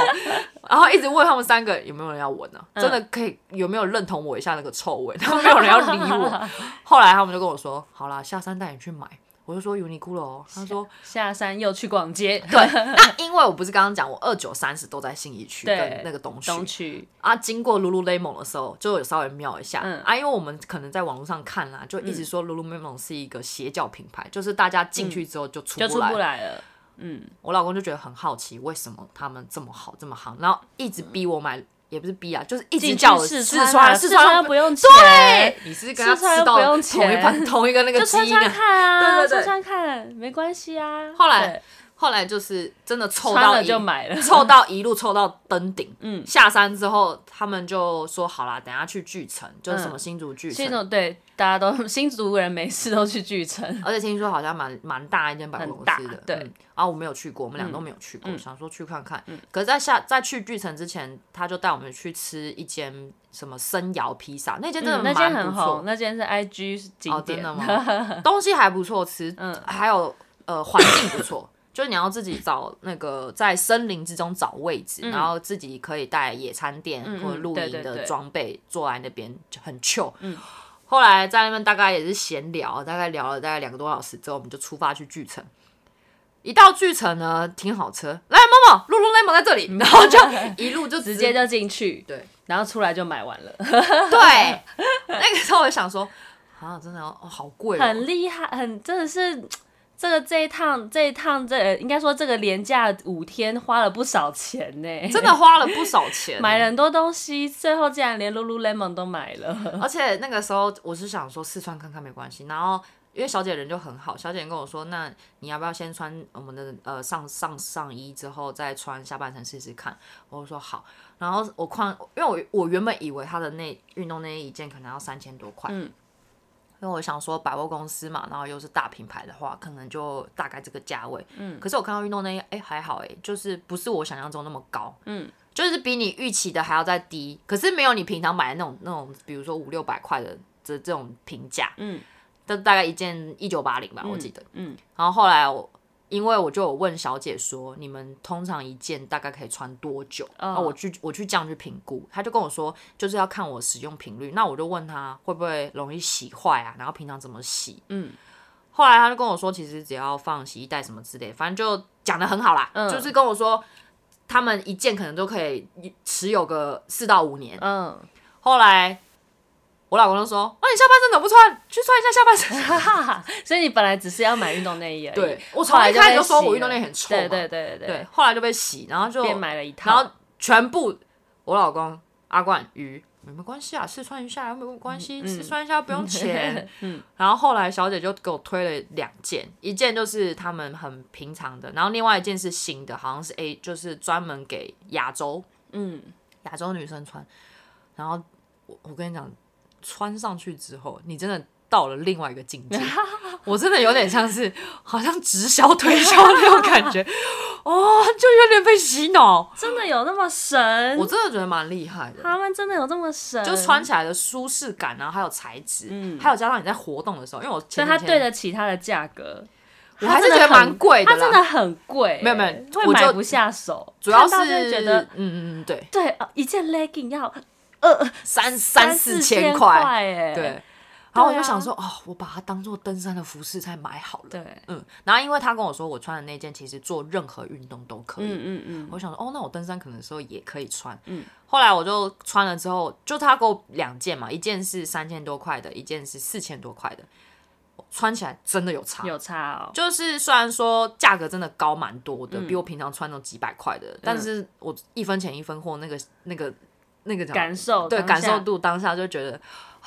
[SPEAKER 1] 然后一直问他们三个有没有人要闻呢、啊？
[SPEAKER 2] 嗯
[SPEAKER 1] 真的可以有没有认同 我一下那个臭味？然后没有人要理我，后来他们就跟我说，好啦，下山带你去买。我就说 Uniqlo，他哦说
[SPEAKER 2] 下山又去逛街，
[SPEAKER 1] 对，啊，因为我不是刚刚讲我二九三十都在信义区
[SPEAKER 2] 对
[SPEAKER 1] 跟那个东区
[SPEAKER 2] 东区，
[SPEAKER 1] 啊，经过 Lululemon 的时候就有稍微瞄一下、
[SPEAKER 2] 嗯
[SPEAKER 1] 啊，因为我们可能在网络上看啦，就一直说 Lululemon 是一个邪教品牌，就是大家进去之后就出
[SPEAKER 2] 就出
[SPEAKER 1] 来。
[SPEAKER 2] 不来了。嗯，
[SPEAKER 1] 我老公就觉得很好奇，为什么他们这么好这么行，然后一直逼我买，也不是逼啊，就是一直
[SPEAKER 2] 嗯进去
[SPEAKER 1] 叫我
[SPEAKER 2] 试
[SPEAKER 1] 试
[SPEAKER 2] 穿啊
[SPEAKER 1] 穿，
[SPEAKER 2] 试
[SPEAKER 1] 试
[SPEAKER 2] 穿又
[SPEAKER 1] 穿。
[SPEAKER 2] 不用钱，
[SPEAKER 1] 对，你是跟他
[SPEAKER 2] 试穿又
[SPEAKER 1] 吃到
[SPEAKER 2] 不用
[SPEAKER 1] 同一
[SPEAKER 2] 钱
[SPEAKER 1] 盘同一个那个
[SPEAKER 2] 就
[SPEAKER 1] 基
[SPEAKER 2] 穿
[SPEAKER 1] 因啊
[SPEAKER 2] 穿。看啊，
[SPEAKER 1] 对对对
[SPEAKER 2] 穿穿看，没关系啊。
[SPEAKER 1] 后来
[SPEAKER 2] 对
[SPEAKER 1] 后来就是真的凑
[SPEAKER 2] 穿
[SPEAKER 1] 到
[SPEAKER 2] 了
[SPEAKER 1] 一
[SPEAKER 2] 就买 了，
[SPEAKER 1] 凑到一路凑到登顶，
[SPEAKER 2] 嗯
[SPEAKER 1] 下山之后他们就说好啦，等下去巨城，就是什么新竹巨城，
[SPEAKER 2] 嗯新竹对大家都 新竹人没事都去巨城，
[SPEAKER 1] 而且听说好像蛮蛮大一间百货公司的
[SPEAKER 2] 很，大对嗯
[SPEAKER 1] 嗯，啊我没有去过，我们俩都没有去过，想说去看看，可是在下在去巨城之前，他就带我们去吃一间什么生窑披萨，那间真
[SPEAKER 2] 嗯
[SPEAKER 1] 的
[SPEAKER 2] 那间
[SPEAKER 1] 蛮
[SPEAKER 2] 很
[SPEAKER 1] 不错
[SPEAKER 2] 红，，那间是 IG
[SPEAKER 1] 哦
[SPEAKER 2] 景
[SPEAKER 1] 真
[SPEAKER 2] 点嗯
[SPEAKER 1] 的， 吗？东西还不错吃，还有呃环境不错。 就是你要自己找那个在森林之中找位置，然后自己可以带野餐垫
[SPEAKER 2] 嗯
[SPEAKER 1] 或者露
[SPEAKER 2] 对
[SPEAKER 1] 营
[SPEAKER 2] 对
[SPEAKER 1] 的
[SPEAKER 2] 对
[SPEAKER 1] 装备，坐在那边就很 chill。后
[SPEAKER 2] 嗯
[SPEAKER 1] 来在那边大概也是闲聊，大概聊了大概两个多小时之后，我们就出发去巨城。一到巨城呢，停好车，来某某，露露 lemon 在这 里，然后就一路就
[SPEAKER 2] 直接就进去，
[SPEAKER 1] 对，
[SPEAKER 2] 然后出来就买完了，
[SPEAKER 1] 对。那个时候我想说，啊，真的要哦，好贵、哦，
[SPEAKER 2] 很厉害，很真的是。这个这一趟这一趟这呃应该说这个廉价五天花了不少钱 呢，
[SPEAKER 1] 真的花了不少钱、
[SPEAKER 2] 买了很多东西，最后竟然连 Lululemon 都买了。
[SPEAKER 1] 而且那个时候我是想说试穿看看没关系，然后因为小姐人就很好，小姐跟我说，那你要不要先穿我们的呃上上上衣之后再穿下半身试试看？我说好，然后我看，因为我我原本以为她的那运动内衣一件可能要三千多块，
[SPEAKER 2] 嗯
[SPEAKER 1] 因为我想说百货公司嘛，然后又是大品牌的话，可能就大概这个价位，嗯，可是我看到运动内衣，哎、还好、哎，就是不是我想象中那么高，就是比你预期的还要再低，可是没有你平常买的那种那种，比如说五六百块的这这种平价，
[SPEAKER 2] 嗯，
[SPEAKER 1] 但大概一件一九八零吧，我记得。
[SPEAKER 2] 嗯，
[SPEAKER 1] 然后后来我因为我就有问小姐说，你们通常一件大概可以穿多久？啊
[SPEAKER 2] 嗯
[SPEAKER 1] 那我去我去这样去评估，她就跟我说就是要看我使用频率。那我就问她会不会容易洗坏啊，然后平常怎么洗？
[SPEAKER 2] 嗯。
[SPEAKER 1] 后来她就跟我说，其实只要放洗衣袋什么之类，反正就讲的很好啦，
[SPEAKER 2] 嗯
[SPEAKER 1] 就是跟我说他们一件可能都可以持有个四到五年。
[SPEAKER 2] 嗯，
[SPEAKER 1] 后来我老公就说：“哦那、你下半身怎么不穿？去穿一下下半身。”
[SPEAKER 2] 哈哈哈，所以你本来只是要买运动内衣而已。
[SPEAKER 1] 对，我
[SPEAKER 2] 后
[SPEAKER 1] 从
[SPEAKER 2] 来
[SPEAKER 1] 一开始就说
[SPEAKER 2] 被洗
[SPEAKER 1] 我
[SPEAKER 2] 了
[SPEAKER 1] 运动内很臭嘛，
[SPEAKER 2] 对对对对
[SPEAKER 1] 对，后来就被洗，然后就
[SPEAKER 2] 对，便买了一套，
[SPEAKER 1] 然后全部我老公阿冠鱼没关系啊，试穿一下没有关系，
[SPEAKER 2] 嗯
[SPEAKER 1] 试穿一下不用钱。
[SPEAKER 2] 嗯
[SPEAKER 1] 然后后来小姐就给我推了两件，一件就是他们很平常的，然后另外一件是新的，好像是 A，就是专门给亚洲
[SPEAKER 2] 嗯，
[SPEAKER 1] 亚洲女生穿。然后我我跟你讲，穿上去之后，你真的到了另外一个境界。 我真的有点像是好像直销推销那种感觉， 哦，就有点被洗脑。
[SPEAKER 2] 真的有那么神
[SPEAKER 1] 我？真的觉得蛮厉害的，
[SPEAKER 2] 他们真的有这么神？
[SPEAKER 1] 就穿，起来的舒适感啊，还有材质，
[SPEAKER 2] 嗯
[SPEAKER 1] 还有加上你在活动的时候，因为我
[SPEAKER 2] 所
[SPEAKER 1] 前
[SPEAKER 2] 以他
[SPEAKER 1] 几
[SPEAKER 2] 对
[SPEAKER 1] 天
[SPEAKER 2] 得起它的价格。
[SPEAKER 1] 我还是觉得蛮贵
[SPEAKER 2] 它
[SPEAKER 1] 的
[SPEAKER 2] 真
[SPEAKER 1] 啦，
[SPEAKER 2] 的很贵，欸
[SPEAKER 1] 没有没有
[SPEAKER 2] 会
[SPEAKER 1] 我就
[SPEAKER 2] 买不下手，
[SPEAKER 1] 主要
[SPEAKER 2] 看到就是觉得
[SPEAKER 1] 嗯嗯嗯对，
[SPEAKER 2] 对，呃一件 legging 要
[SPEAKER 1] 三
[SPEAKER 2] 三
[SPEAKER 1] 四
[SPEAKER 2] 千
[SPEAKER 1] 块，
[SPEAKER 2] 哎，
[SPEAKER 1] 对。然后我
[SPEAKER 2] 对啊
[SPEAKER 1] 就想说，哦，我把它当做登山的服饰才买好了。
[SPEAKER 2] 对，
[SPEAKER 1] 嗯，然后因为他跟我说，我穿的那件其实做任何运动都可以。
[SPEAKER 2] 嗯嗯嗯，
[SPEAKER 1] 我想说，哦，那我登山可能的时候也可以穿。
[SPEAKER 2] 嗯，
[SPEAKER 1] 后来我就穿了之后，就他给我两件嘛，一件是三千多块的，一件是四千多块的，穿起来真的有差。
[SPEAKER 2] 有差哦，
[SPEAKER 1] 就是虽然说价格真的高蛮多
[SPEAKER 2] 嗯
[SPEAKER 1] 的，比我平常穿那种几百块的，但是我一分钱一分货，那个那个那个叫
[SPEAKER 2] 感受
[SPEAKER 1] 对
[SPEAKER 2] 当
[SPEAKER 1] 感
[SPEAKER 2] 下
[SPEAKER 1] 受度当下就觉得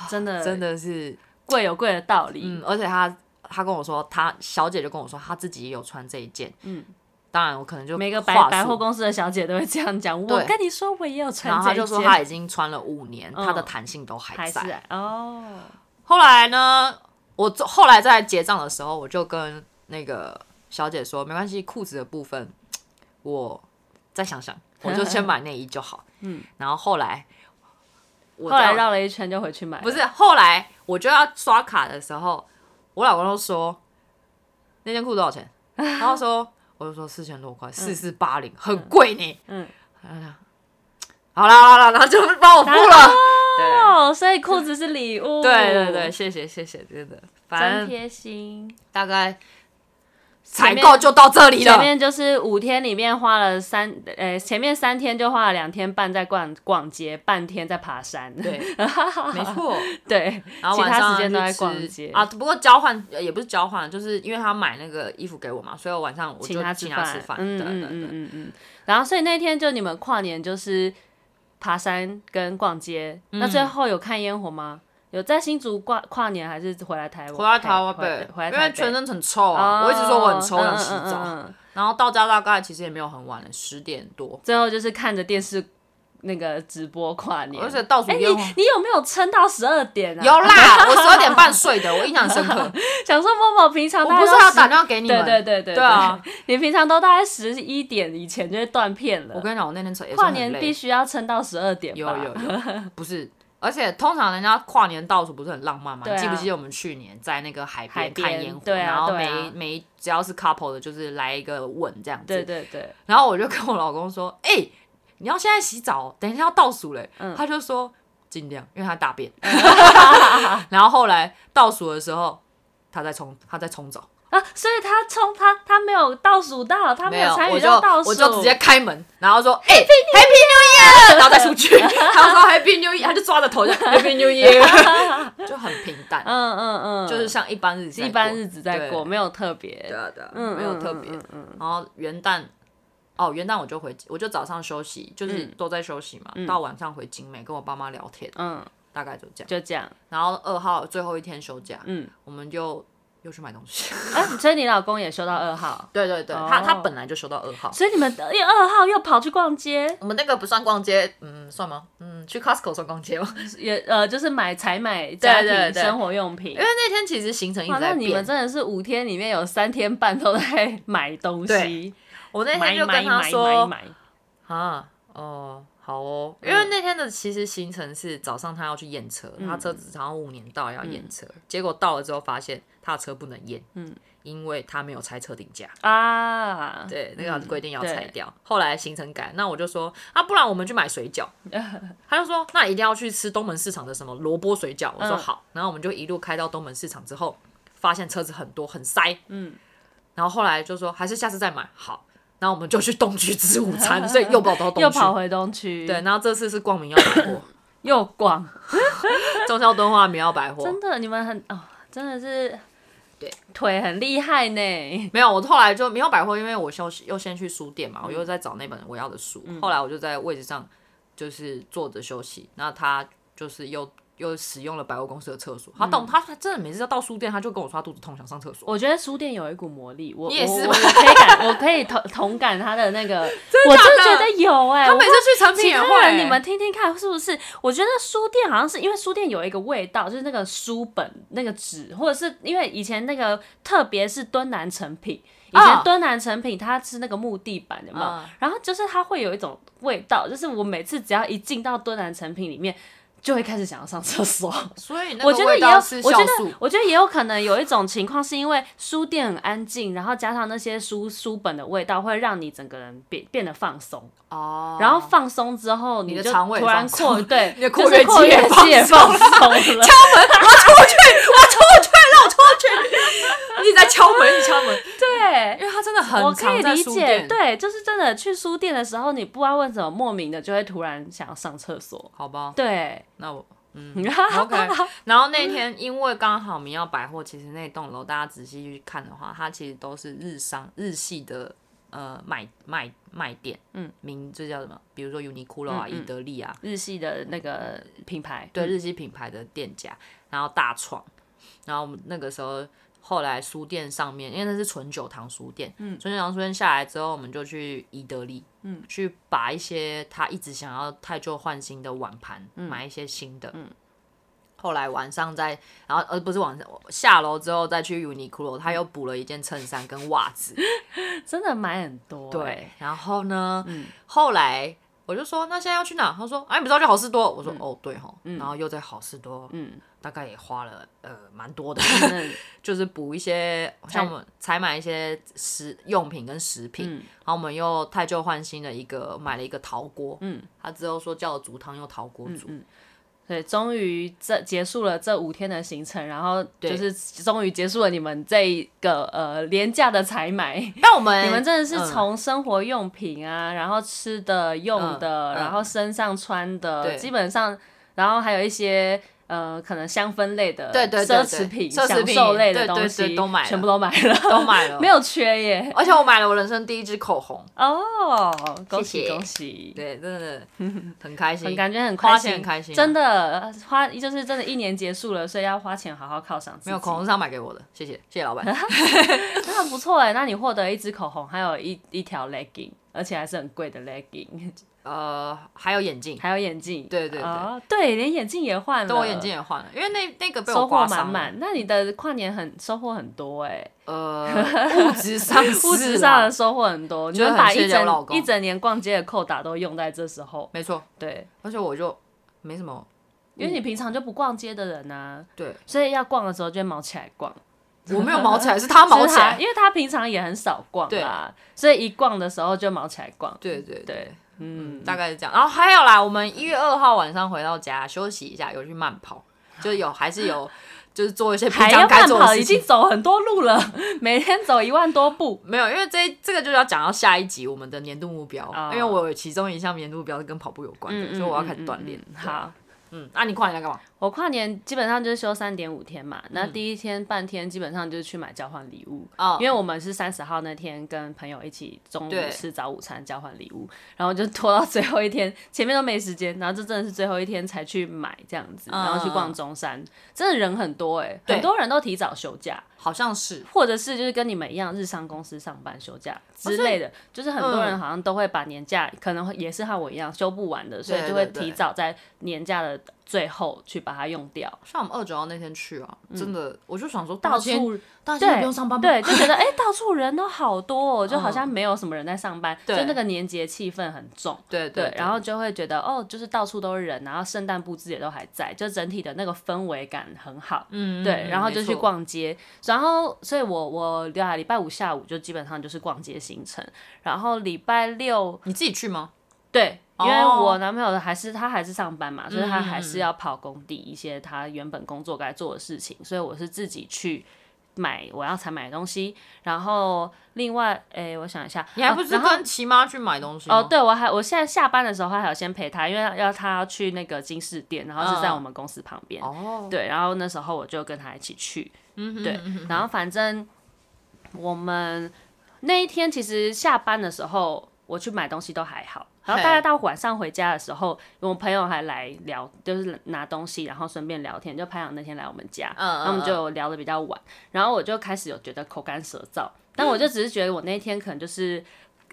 [SPEAKER 2] 真的
[SPEAKER 1] 真的是
[SPEAKER 2] 贵有贵的道理，
[SPEAKER 1] 嗯，而且他他跟我说，他小姐就跟我说，她自己也有穿这一件。嗯，当然我可能就
[SPEAKER 2] 每个百
[SPEAKER 1] 话术
[SPEAKER 2] 百货公司的小姐都会这样讲，我
[SPEAKER 1] 对
[SPEAKER 2] 跟你说我也有
[SPEAKER 1] 然
[SPEAKER 2] 穿
[SPEAKER 1] 后他
[SPEAKER 2] 这
[SPEAKER 1] 就
[SPEAKER 2] 一
[SPEAKER 1] 说
[SPEAKER 2] 件，
[SPEAKER 1] 他已经穿了五年，
[SPEAKER 2] 嗯
[SPEAKER 1] 他的弹性都还
[SPEAKER 2] 还
[SPEAKER 1] 在。
[SPEAKER 2] 是哦，
[SPEAKER 1] 后来呢，我做后来在结账的时候，我就跟那个小姐说，没关系，裤子的部分我再想 想，我就先买内衣就好。嗯，然后后来我
[SPEAKER 2] 后来
[SPEAKER 1] 到
[SPEAKER 2] 绕了一圈就回去买了，
[SPEAKER 1] 不是，后来我就要刷卡的时候，我老公都说那件裤多少钱， 然后说我就说四千多块，四四八零，很贵呢。
[SPEAKER 2] 嗯
[SPEAKER 1] 好啦好啦，然后就帮我付了。
[SPEAKER 2] 哦，所以裤子是礼物。
[SPEAKER 1] 对对对，，谢谢谢谢，真的，
[SPEAKER 2] 哦真
[SPEAKER 1] 反正
[SPEAKER 2] 贴心。
[SPEAKER 1] 大概
[SPEAKER 2] 前
[SPEAKER 1] 采
[SPEAKER 2] 面
[SPEAKER 1] 购就到这里
[SPEAKER 2] 前
[SPEAKER 1] 了。
[SPEAKER 2] 面就是五天里面花了三，呃，前面三天就花了两天半在逛逛街，半天在爬山。
[SPEAKER 1] 对， 没错。
[SPEAKER 2] 对，
[SPEAKER 1] 然后
[SPEAKER 2] 其
[SPEAKER 1] 晚
[SPEAKER 2] 他
[SPEAKER 1] 上
[SPEAKER 2] 时间都
[SPEAKER 1] 去
[SPEAKER 2] 在
[SPEAKER 1] 吃
[SPEAKER 2] 逛街
[SPEAKER 1] 啊。不过交换呃也不是交换，就是因为他买那个衣服给我嘛，所以我晚上我就
[SPEAKER 2] 请他
[SPEAKER 1] 请他
[SPEAKER 2] 饭
[SPEAKER 1] 吃，饭。
[SPEAKER 2] 嗯
[SPEAKER 1] 对
[SPEAKER 2] 嗯
[SPEAKER 1] 对
[SPEAKER 2] 嗯
[SPEAKER 1] 对，
[SPEAKER 2] 嗯嗯。然后，所以那天就你们跨年就是爬山跟逛街，那最后有看烟火吗？有在新竹跨跨年还是回来台湾？
[SPEAKER 1] 回来台湾
[SPEAKER 2] 北
[SPEAKER 1] 北，，
[SPEAKER 2] 回来
[SPEAKER 1] 因
[SPEAKER 2] 台
[SPEAKER 1] 为
[SPEAKER 2] 北
[SPEAKER 1] 全身很臭啊，
[SPEAKER 2] 哦
[SPEAKER 1] 我一直说我很臭，
[SPEAKER 2] 嗯
[SPEAKER 1] 我想洗
[SPEAKER 2] 嗯
[SPEAKER 1] 澡。
[SPEAKER 2] 嗯嗯
[SPEAKER 1] 然后到家大概其实也没有很晚了，十点多，
[SPEAKER 2] 最后就是看着电视那个直播跨年，
[SPEAKER 1] 而且倒数
[SPEAKER 2] 哎、你
[SPEAKER 1] 烟火。
[SPEAKER 2] 你有没有撑到十二点啊？
[SPEAKER 1] 哦 有啦，我十二点半睡的，我印象很深 刻。
[SPEAKER 2] 想说默默平常
[SPEAKER 1] 我
[SPEAKER 2] 大概
[SPEAKER 1] 不是
[SPEAKER 2] 都
[SPEAKER 1] 要
[SPEAKER 2] 10
[SPEAKER 1] 打电话给你
[SPEAKER 2] 对
[SPEAKER 1] 们，
[SPEAKER 2] 对对对
[SPEAKER 1] 对啊！
[SPEAKER 2] 你平常都大概十一点以前就会断片
[SPEAKER 1] 我
[SPEAKER 2] 了。
[SPEAKER 1] 跟你讲，我那天也是
[SPEAKER 2] 跨
[SPEAKER 1] 很
[SPEAKER 2] 年
[SPEAKER 1] 累
[SPEAKER 2] 必须要撑到十二点吧？
[SPEAKER 1] 有有 有，不是，而且通常人家跨年倒数不是很浪漫吗？
[SPEAKER 2] 对啊
[SPEAKER 1] 你记不记得我们去年在那个海
[SPEAKER 2] 海
[SPEAKER 1] 边
[SPEAKER 2] 边
[SPEAKER 1] 看烟火，
[SPEAKER 2] 对啊
[SPEAKER 1] 然后
[SPEAKER 2] 对
[SPEAKER 1] 每、
[SPEAKER 2] 啊
[SPEAKER 1] 每一只要是 couple 的，就是来一个吻这样子。
[SPEAKER 2] 对对对，
[SPEAKER 1] 然后我就跟我老公说：“ 哎、你要现在洗澡，哦等一下要倒数嘞。
[SPEAKER 2] 嗯
[SPEAKER 1] 他就说：“尽量，因为他大 便。 然后后来倒数的时候，他在冲，他在冲澡，
[SPEAKER 2] 啊，所以他冲他他没有倒数到，他
[SPEAKER 1] 没
[SPEAKER 2] 有参
[SPEAKER 1] 我
[SPEAKER 2] 与
[SPEAKER 1] 就
[SPEAKER 2] 到倒数，
[SPEAKER 1] 我就直接开门，然 后说：“哎、h a p p y New Year！” 然后再出去，他就说 “Happy New Year”，他就抓着头 就 “Happy New Year”，就很平淡，
[SPEAKER 2] 嗯嗯嗯，
[SPEAKER 1] 就是像一般日子在过，
[SPEAKER 2] 一般日子在过，
[SPEAKER 1] 对
[SPEAKER 2] 没有特别
[SPEAKER 1] 对。啊对啊，
[SPEAKER 2] 嗯
[SPEAKER 1] 没有特别。
[SPEAKER 2] 嗯嗯
[SPEAKER 1] 然后元旦，哦，元旦我就回，我就早上休息，就是都在休息嘛，到晚上回景美跟我爸妈聊天，
[SPEAKER 2] 嗯，
[SPEAKER 1] 大概就这样。
[SPEAKER 2] 就这样。
[SPEAKER 1] 然后二号最后一天休假，
[SPEAKER 2] 嗯，
[SPEAKER 1] 我们就又去买东西。
[SPEAKER 2] 哎、所以你老公也休到二号，
[SPEAKER 1] 对对对，
[SPEAKER 2] 哦
[SPEAKER 1] 他他本来就休到二号。
[SPEAKER 2] 所以你们二号又跑去逛街，
[SPEAKER 1] 我们那个不算逛街，嗯，算吗？嗯，去 Costco 算逛街吗？
[SPEAKER 2] 也呃，就是买采买家
[SPEAKER 1] 对
[SPEAKER 2] 庭
[SPEAKER 1] 对对
[SPEAKER 2] 生活用品
[SPEAKER 1] 因为。那天其实行程一
[SPEAKER 2] 哇，
[SPEAKER 1] 直
[SPEAKER 2] 那
[SPEAKER 1] 在
[SPEAKER 2] 你们
[SPEAKER 1] 变。
[SPEAKER 2] 真的是五天里面有三天半都在买东西
[SPEAKER 1] 对，我那
[SPEAKER 2] 买
[SPEAKER 1] 天就
[SPEAKER 2] 买
[SPEAKER 1] 跟他
[SPEAKER 2] 买
[SPEAKER 1] 说
[SPEAKER 2] 买，买。
[SPEAKER 1] 啊，哦，好哦，因
[SPEAKER 2] 嗯
[SPEAKER 1] 为那天的其实行程是早上他要去验车，他车子好像五年到要验车，结果到了之后发现他的车不能验，
[SPEAKER 2] 嗯
[SPEAKER 1] 因为他没有拆车顶架，
[SPEAKER 2] 啊，
[SPEAKER 1] 对，那个规定要
[SPEAKER 2] 对
[SPEAKER 1] 拆掉。后来行程改，那我就说，啊，不然我们去买水 饺，他就说，那一定要去吃东门市场的什么萝卜水饺，我说
[SPEAKER 2] 嗯
[SPEAKER 1] 好，然后我们就一路开到东门市场之后，发现车子很多，很塞，
[SPEAKER 2] 嗯，
[SPEAKER 1] 然后后来就说还是下次再买好。然后我们就去东区吃午餐，所以又跑到东区，
[SPEAKER 2] 又跑回东区，
[SPEAKER 1] 对，，然后这次是光明耀百 货，
[SPEAKER 2] 又逛，
[SPEAKER 1] 中孝敦化明耀百货
[SPEAKER 2] 真。的，你们很哦，真的是，
[SPEAKER 1] 对，
[SPEAKER 2] 腿很厉害呢。
[SPEAKER 1] 没有，我后来就明耀百货，因为我休息又先去书店
[SPEAKER 2] 嗯
[SPEAKER 1] 嘛，我又在找那本我要的书。后来我就在位置上就是坐着休息，那他就是又又使用了百货公司的厕所。他到、他他真的每次到书店，他就跟我说他肚子痛，想上厕所。
[SPEAKER 2] 嗯我觉得书店有一股魔力，我
[SPEAKER 1] 你也是
[SPEAKER 2] 我
[SPEAKER 1] 吗
[SPEAKER 2] 我我可以感，我可以同同感他的那 个，我真的觉得有哎、
[SPEAKER 1] 他
[SPEAKER 2] 我
[SPEAKER 1] 每次去成品
[SPEAKER 2] 其
[SPEAKER 1] 也
[SPEAKER 2] 他
[SPEAKER 1] 会，
[SPEAKER 2] 人，你们听听看是不是？我觉得书店好像是因为书店有一个味道，就是那个书本、那个纸，或者是因为以前那个，特别是敦南成品，以
[SPEAKER 1] 啊
[SPEAKER 2] 前敦南成品它是那个木地板，有没有？
[SPEAKER 1] 啊
[SPEAKER 2] 然后就是它会有一种味道，就是我每次只要一进到敦南成品里面，就会开始想要上 厕所。
[SPEAKER 1] 所以那
[SPEAKER 2] 我
[SPEAKER 1] 个
[SPEAKER 2] 觉得
[SPEAKER 1] 味
[SPEAKER 2] 也有，
[SPEAKER 1] 道是
[SPEAKER 2] 我
[SPEAKER 1] 酵
[SPEAKER 2] 觉得
[SPEAKER 1] 素。
[SPEAKER 2] 我觉得也有可能有一种情况，是因为书店很安静，然后加上那些书书本的味道，会让你整个人变变得放松。
[SPEAKER 1] 哦
[SPEAKER 2] 然后放松之后，
[SPEAKER 1] 你的
[SPEAKER 2] 就
[SPEAKER 1] 肠胃
[SPEAKER 2] 突然
[SPEAKER 1] 放松
[SPEAKER 2] 扩对，
[SPEAKER 1] 你的
[SPEAKER 2] 就
[SPEAKER 1] 括
[SPEAKER 2] 是
[SPEAKER 1] 约
[SPEAKER 2] 括
[SPEAKER 1] 肌也
[SPEAKER 2] 约肌也放
[SPEAKER 1] 放
[SPEAKER 2] 松了。
[SPEAKER 1] 一直在敲门，一直敲门，
[SPEAKER 2] 对，
[SPEAKER 1] 因为他真的很
[SPEAKER 2] 我可
[SPEAKER 1] 常
[SPEAKER 2] 以
[SPEAKER 1] 在
[SPEAKER 2] 理
[SPEAKER 1] 书
[SPEAKER 2] 解，
[SPEAKER 1] 店，
[SPEAKER 2] 对，就是真的去书店的时候，你不知道为什么莫名的就会突然想要上厕所。
[SPEAKER 1] 好吧，
[SPEAKER 2] 对，
[SPEAKER 1] 那我嗯。
[SPEAKER 2] OK，
[SPEAKER 1] OK 然后那天因为刚好明耀百货，其实那栋楼大家仔细去看的话，它其实都是日商日系的呃卖卖卖店，
[SPEAKER 2] 嗯，
[SPEAKER 1] 名这叫什么？比如说 Uniqlo 啊、
[SPEAKER 2] 嗯嗯
[SPEAKER 1] 伊得利啊，
[SPEAKER 2] 日系的那个品牌，
[SPEAKER 1] 对日系品牌的店家，然后大创，然后我们那个时候后来书店上面，因为那是纯酒堂书店，嗯，纯酒堂书店下来之后，我们就去伊得利，嗯，去把一些他一直想要太旧换新的碗盘，买一些新的，嗯。后来晚上再，然后呃不是晚上下楼之后再去 Uniqlo，他又补了一件衬衫跟袜子，
[SPEAKER 2] 真的买很多、欸
[SPEAKER 1] 对，，然后呢，
[SPEAKER 2] 嗯
[SPEAKER 1] 后来我就说那现在要去哪？他说哎、你不知道去好事多？我说、哦对吼，然后又在好事多，
[SPEAKER 2] 嗯
[SPEAKER 1] 大概也花了呃蛮多 的，
[SPEAKER 2] 嗯
[SPEAKER 1] 就是补一些像我们采买一些食用品跟食
[SPEAKER 2] 嗯
[SPEAKER 1] 品，然后我们又太旧换新的一个买了一个陶锅，
[SPEAKER 2] 嗯
[SPEAKER 1] 他之后说叫我煮汤用陶锅煮，
[SPEAKER 2] 嗯对，终于这结束了这五天的行程，然后
[SPEAKER 1] 对
[SPEAKER 2] 就是终于结束了你们这一个呃廉价的采买。
[SPEAKER 1] 但我们
[SPEAKER 2] 你们真的是
[SPEAKER 1] 嗯
[SPEAKER 2] 从生活用品啊，然后吃的、用
[SPEAKER 1] 嗯
[SPEAKER 2] 的，
[SPEAKER 1] 嗯
[SPEAKER 2] 然后身上穿的，
[SPEAKER 1] 对
[SPEAKER 2] 基本上，然后还有一些呃，可能香氛类的、
[SPEAKER 1] 对对对
[SPEAKER 2] 奢侈
[SPEAKER 1] 对
[SPEAKER 2] 品、
[SPEAKER 1] 奢侈
[SPEAKER 2] 享
[SPEAKER 1] 品
[SPEAKER 2] 受类的
[SPEAKER 1] 对对
[SPEAKER 2] 东西
[SPEAKER 1] 对都买了
[SPEAKER 2] 全部都买了，
[SPEAKER 1] 都买了，
[SPEAKER 2] 没有缺耶。
[SPEAKER 1] 而且我买了我人生第一支口红，
[SPEAKER 2] 哦，恭喜
[SPEAKER 1] 谢谢
[SPEAKER 2] 恭喜！
[SPEAKER 1] 对，真 的很开心
[SPEAKER 2] 很。感觉很
[SPEAKER 1] 花
[SPEAKER 2] 开
[SPEAKER 1] 钱
[SPEAKER 2] 心，
[SPEAKER 1] 很开心啊
[SPEAKER 2] 真的花就是真的，一年结束了，所以要花钱好好犒赏自己。
[SPEAKER 1] 没有口红是他买给我的，谢谢谢谢老板。
[SPEAKER 2] 那很不错哎，那你获得一支口红，还有一一条 legging，而且还是很贵的 legging，
[SPEAKER 1] 呃，还有眼镜，
[SPEAKER 2] 还有眼镜。
[SPEAKER 1] 对对对
[SPEAKER 2] 哦对，连眼镜也换了，
[SPEAKER 1] 对我眼镜也换了，因为那那个被我
[SPEAKER 2] 收获
[SPEAKER 1] 刮
[SPEAKER 2] 满
[SPEAKER 1] 伤了，
[SPEAKER 2] 满。那你的跨年很收获很多哎，
[SPEAKER 1] 呃，物质上
[SPEAKER 2] 物
[SPEAKER 1] 是
[SPEAKER 2] 质
[SPEAKER 1] 啦
[SPEAKER 2] 上的收获很多，你
[SPEAKER 1] 觉得
[SPEAKER 2] 们把
[SPEAKER 1] 很谢
[SPEAKER 2] 一
[SPEAKER 1] 谢我老
[SPEAKER 2] 整
[SPEAKER 1] 公
[SPEAKER 2] 一整年逛街的扣打都用在这时候，
[SPEAKER 1] 没错，
[SPEAKER 2] 对，
[SPEAKER 1] 而且我就没什么
[SPEAKER 2] 因为你平常就不逛街的人啊，
[SPEAKER 1] 对，
[SPEAKER 2] 所以要逛的时候就会毛起来逛。
[SPEAKER 1] 我没有毛起来，是他毛
[SPEAKER 2] 就
[SPEAKER 1] 起
[SPEAKER 2] 是他
[SPEAKER 1] 来。
[SPEAKER 2] 因为他平常也很少逛啦，所以一逛的时候就毛起来逛。
[SPEAKER 1] 对对对，
[SPEAKER 2] 嗯，
[SPEAKER 1] 大概是这样。然后还有啦，我们一月二号晚上回到家休息一下，有去慢跑，就有还是有 就是做一些平
[SPEAKER 2] 还要
[SPEAKER 1] 常该
[SPEAKER 2] 慢
[SPEAKER 1] 做的
[SPEAKER 2] 跑，
[SPEAKER 1] 事
[SPEAKER 2] 已经
[SPEAKER 1] 情。
[SPEAKER 2] 走很多路了， 每天走一万多步。
[SPEAKER 1] 没有，因为这这个就要讲到下一集我们的年度目标，
[SPEAKER 2] 哦
[SPEAKER 1] 因为我有其中一项年度目标是跟跑步有关的，所以我要开始锻炼
[SPEAKER 2] 嗯。嗯嗯好，
[SPEAKER 1] 嗯，那、你跨年在干嘛？
[SPEAKER 2] 我跨年基本上就是休三点五天嘛，那第一天半天基本上就是去买交换礼物，
[SPEAKER 1] 嗯哦
[SPEAKER 2] 因为我们是三十号那天跟朋友一起中午
[SPEAKER 1] 对
[SPEAKER 2] 吃早午餐交换礼物，然后就拖到最后一天，前面都没时间，然后这真的是最后一天才去买这样子，
[SPEAKER 1] 嗯
[SPEAKER 2] 然后去逛中山，真的人很多哎、
[SPEAKER 1] 对
[SPEAKER 2] 很多人都提早休假，
[SPEAKER 1] 好像是
[SPEAKER 2] 或者是就是跟你们一样日商公司上班休假
[SPEAKER 1] 哦
[SPEAKER 2] 之类的，就是很多人
[SPEAKER 1] 嗯
[SPEAKER 2] 好像都会把年假，可能也是和我一样休不完的，所以
[SPEAKER 1] 对
[SPEAKER 2] 就会
[SPEAKER 1] 对对
[SPEAKER 2] 提早在年假的最后去把它用掉。
[SPEAKER 1] 像我们二九号那天去啊，真的，我就想说
[SPEAKER 2] 嗯到
[SPEAKER 1] 大仙
[SPEAKER 2] 处
[SPEAKER 1] 大仙
[SPEAKER 2] 对
[SPEAKER 1] 不用上班吗？
[SPEAKER 2] 对，就觉得哎、到处人都 好多、哦，就好像没有什么人在上班，
[SPEAKER 1] 对
[SPEAKER 2] 就那个年节气氛很重。
[SPEAKER 1] 对
[SPEAKER 2] 对
[SPEAKER 1] 对，，
[SPEAKER 2] 然后就会觉得哦，就是到处都是人，然后圣诞布置也都还在，就整体的那个氛围感很好。
[SPEAKER 1] 嗯
[SPEAKER 2] 对，然后
[SPEAKER 1] 没
[SPEAKER 2] 就去
[SPEAKER 1] 错
[SPEAKER 2] 逛街，然后所以我我对啊，礼拜五下午就基本上就是逛街行程，然后礼拜六
[SPEAKER 1] 你自己去吗？
[SPEAKER 2] 对，因为
[SPEAKER 1] 哦
[SPEAKER 2] 我男朋友还是他还是上班嘛，所以他还
[SPEAKER 1] 嗯
[SPEAKER 2] 是要跑工地一些他原本工作该做的事情，所以我是自己去。买我要才买的东西，然后另外，诶、我想一下，
[SPEAKER 1] 你还
[SPEAKER 2] 哦
[SPEAKER 1] 不是
[SPEAKER 2] 然后
[SPEAKER 1] 跟骑妈去买东西吗
[SPEAKER 2] 哦，对，我还我现在下班的时候还有先陪他，因为要要他要去那个金饰店，然后是在
[SPEAKER 1] 嗯
[SPEAKER 2] 我们公司旁边。
[SPEAKER 1] 哦，
[SPEAKER 2] 对，然后那时候我就跟他一起去，
[SPEAKER 1] 嗯哼
[SPEAKER 2] 对，然后反正我们那一天其实下班的时候，我去买东西都还好，然后大概
[SPEAKER 1] 嘿
[SPEAKER 2] 到晚上回家的时候，我朋友还来聊，就是拿东西，然后顺便聊天，就拍长那天来我们家，
[SPEAKER 1] 嗯
[SPEAKER 2] 然后我们
[SPEAKER 1] 嗯嗯
[SPEAKER 2] 就聊的比较晚，然后我就开始有觉得口干舌燥，但我就
[SPEAKER 1] 嗯
[SPEAKER 2] 只是觉得我那一天可能就是。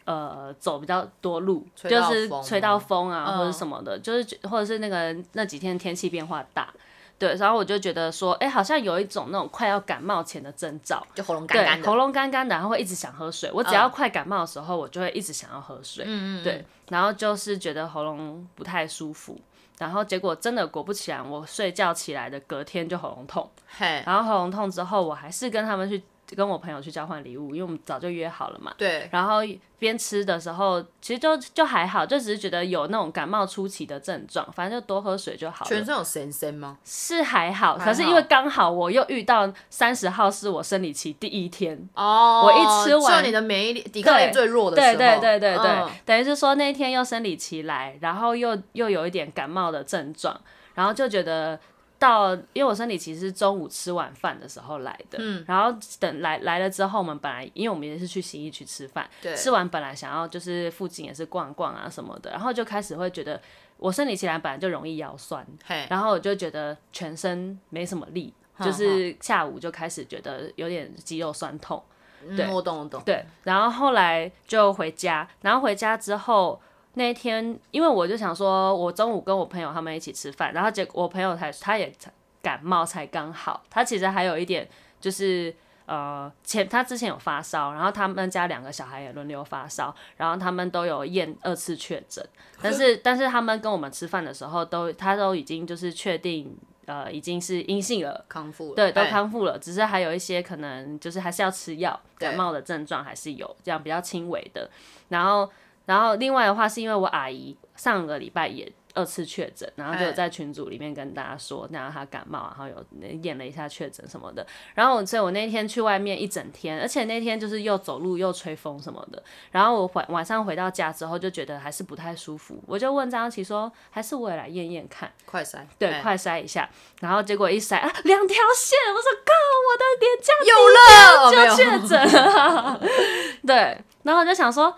[SPEAKER 2] 呃，走比较多路，
[SPEAKER 1] 吹
[SPEAKER 2] 就
[SPEAKER 1] 到
[SPEAKER 2] 是
[SPEAKER 1] 风
[SPEAKER 2] 吹到风啊，
[SPEAKER 1] 嗯
[SPEAKER 2] 或者什么的，就是觉或者是那个那几天天气变化大，对，然后我就觉得说，哎、好像有一种那种快要感冒前的征兆，
[SPEAKER 1] 就喉咙
[SPEAKER 2] 对，喉咙干干的，然后会一直想喝水。我只要快感冒的时候，我就会一直想要喝水。
[SPEAKER 1] 嗯嗯嗯，
[SPEAKER 2] 对，然后就是觉得喉咙不太舒服，然后结果真的果不其然，我睡觉起来的隔天就喉咙痛，
[SPEAKER 1] 嘿，
[SPEAKER 2] 然后喉咙痛之后，我还是跟他们去跟我朋友去交换礼物，因为我们早就约好了嘛。
[SPEAKER 1] 对，
[SPEAKER 2] 然后边吃的时候，其实就就还好，就只是觉得有那种感冒初期的症状，反正就多喝水就好了
[SPEAKER 1] 全。身有神神吗？
[SPEAKER 2] 是还好，
[SPEAKER 1] 还
[SPEAKER 2] 可是因
[SPEAKER 1] 好
[SPEAKER 2] 为刚好我又遇到三十号是我生理期第一天，
[SPEAKER 1] 哦
[SPEAKER 2] 我一吃完
[SPEAKER 1] 就你的免疫力、抵抗力
[SPEAKER 2] 对
[SPEAKER 1] 最弱的时
[SPEAKER 2] 对
[SPEAKER 1] 候，
[SPEAKER 2] 对对对对，
[SPEAKER 1] 嗯
[SPEAKER 2] 等于是说那一天又生理期来，然后又又有一点感冒的症状，然后就觉得到，因为我生理期是中午吃晚饭的时候来的，
[SPEAKER 1] 嗯
[SPEAKER 2] 然后等来来了之后，我们本来因为我们也是去新义区吃饭，
[SPEAKER 1] 对
[SPEAKER 2] 吃完本来想要就是附近也是逛逛啊什么的，然后就开始会觉得我生理期来本来就容易腰酸，
[SPEAKER 1] 嘿，
[SPEAKER 2] 然后我就觉得全身没什么力，
[SPEAKER 1] 哼
[SPEAKER 2] 就是下午就开始觉得有点肌肉酸痛。对
[SPEAKER 1] 嗯，我懂我懂，
[SPEAKER 2] 对，然后后来就回家，然后回家之后那一天，因为我就想说，我中午跟我朋友他们一起吃饭，然后结果我朋友才他也才感冒才刚好，他其实还有一点就是。呃，前他之前有发烧，然后他们家两个小孩也轮流发烧，然后他们都有验二次确诊，但是但是他们跟我们吃饭的时候都他都已经就是确定呃已经是阴性了，
[SPEAKER 1] 康复了
[SPEAKER 2] 对，都
[SPEAKER 1] 嘿
[SPEAKER 2] 康复了，只是还有一些可能就是还是要吃药，
[SPEAKER 1] 对
[SPEAKER 2] 感冒的症状还是有，这样比较轻微的。然后，然后另外的话是因为我阿姨上个礼拜也二次确诊，然后就
[SPEAKER 1] 哎
[SPEAKER 2] 在群组里面跟大家说，然后他感冒，然后有验了一下确诊什么的。然后我所以，我那天去外面一整天，而且那天就是又走路又吹风什么的。然后我回晚上回到家之后，就觉得还是不太舒服，我就问张琪说，还是我也来验验看。
[SPEAKER 1] 快闪，
[SPEAKER 2] 对，
[SPEAKER 1] 哎
[SPEAKER 2] 快筛一下，然后结果一筛啊，两条线，我说靠，我
[SPEAKER 1] 有了，哦没
[SPEAKER 2] 的脸颊就
[SPEAKER 1] 有
[SPEAKER 2] 确诊了。 对，然后我就想说，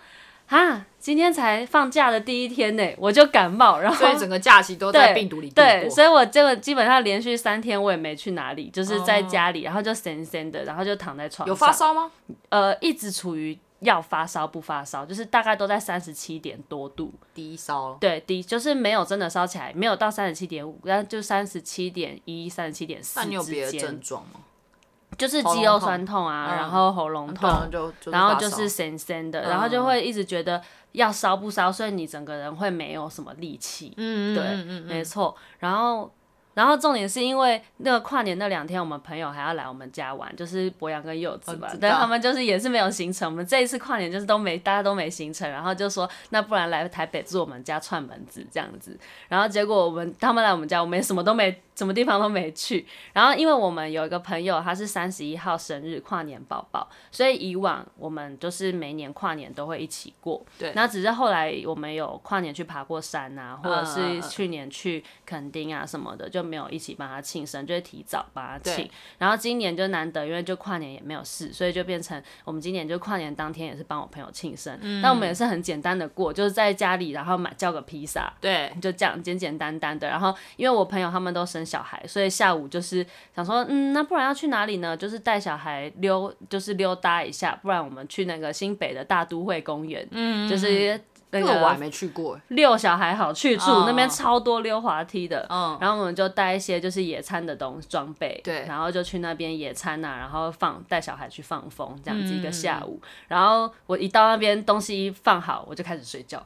[SPEAKER 2] 啊，今天才放假的第一天呢，我就感冒，然后
[SPEAKER 1] 所以整个假期都在
[SPEAKER 2] 对
[SPEAKER 1] 病毒里度
[SPEAKER 2] 对，
[SPEAKER 1] 过。
[SPEAKER 2] 所以我这个基本上连续三天我也没去哪里，就是在
[SPEAKER 1] 哦
[SPEAKER 2] 家里，然后就闲闲的，然后就躺在床上，
[SPEAKER 1] 有发，烧吗？
[SPEAKER 2] 呃，一直处于要发烧不发烧，就是大概都在三十七点多度，
[SPEAKER 1] 低烧了，
[SPEAKER 2] 对，低就是没有真的烧起来，没有到三十七点五，但就三十七点一、三十七点四
[SPEAKER 1] 那你有别
[SPEAKER 2] 之
[SPEAKER 1] 的
[SPEAKER 2] 间
[SPEAKER 1] 症，状吗？
[SPEAKER 2] 就是
[SPEAKER 1] 喉
[SPEAKER 2] 肌
[SPEAKER 1] 咙
[SPEAKER 2] 肉
[SPEAKER 1] 痛
[SPEAKER 2] 酸痛啊，
[SPEAKER 1] 嗯
[SPEAKER 2] 然后喉咙痛，
[SPEAKER 1] 当然就
[SPEAKER 2] 然后
[SPEAKER 1] 发
[SPEAKER 2] 就
[SPEAKER 1] 烧
[SPEAKER 2] 是神神的，
[SPEAKER 1] 嗯
[SPEAKER 2] 然后就会一直觉得要烧不烧，所以你整个人会没有什么力气。
[SPEAKER 1] 嗯，嗯
[SPEAKER 2] 对
[SPEAKER 1] 嗯嗯嗯
[SPEAKER 2] 没错。然后，然后重点是因为那个跨年那两天，我们朋友还要来我们家玩，就是博洋跟柚子嘛
[SPEAKER 1] 哦知，
[SPEAKER 2] 但
[SPEAKER 1] 道
[SPEAKER 2] 他们就是也是没有行程。我们这一次跨年就是都没，大家都没行程，然后就说那不然来台北住我们家串门子这样子。然后结果我们他们来我们家，我们也什么都没，什么地方都没去。然后因为我们有一个朋友，他是三十一号生日跨年宝宝，所以以往我们就是每年跨年都会一起过。
[SPEAKER 1] 对
[SPEAKER 2] 那只是后来我们有跨年去爬过山啊，或者
[SPEAKER 1] 嗯
[SPEAKER 2] 是
[SPEAKER 1] 嗯嗯
[SPEAKER 2] 去年去垦丁啊什么的，就没有一起帮他庆生，就是提早帮他庆
[SPEAKER 1] 对。
[SPEAKER 2] 然后今年就难得，因为就跨年也没有事，所以就变成我们今年就跨年当天也是帮我朋友庆生，
[SPEAKER 1] 嗯
[SPEAKER 2] 但我们也是很简单的过，就是在家里然后买叫个披萨，
[SPEAKER 1] 对，
[SPEAKER 2] 就这样简简单单的。然后因为我朋友他们都生小孩，所以下午就是想说，嗯，那不然要去哪里呢？就是带小孩溜，就是溜达一下，不然我们去那个新北的大都会公园，嗯，就是那
[SPEAKER 1] 这个我还
[SPEAKER 2] 个
[SPEAKER 1] 没去过欸，
[SPEAKER 2] 遛小孩好去处，
[SPEAKER 1] 嗯
[SPEAKER 2] 那边超多溜滑梯的。
[SPEAKER 1] 嗯，
[SPEAKER 2] 然后我们就带一些就是野餐的东装备，
[SPEAKER 1] 对
[SPEAKER 2] 然后就去那边野餐呐、然后放带小孩去放风，这样子一个下
[SPEAKER 1] 嗯
[SPEAKER 2] 午。然后我一到那边东西一放好，我就开始睡 觉，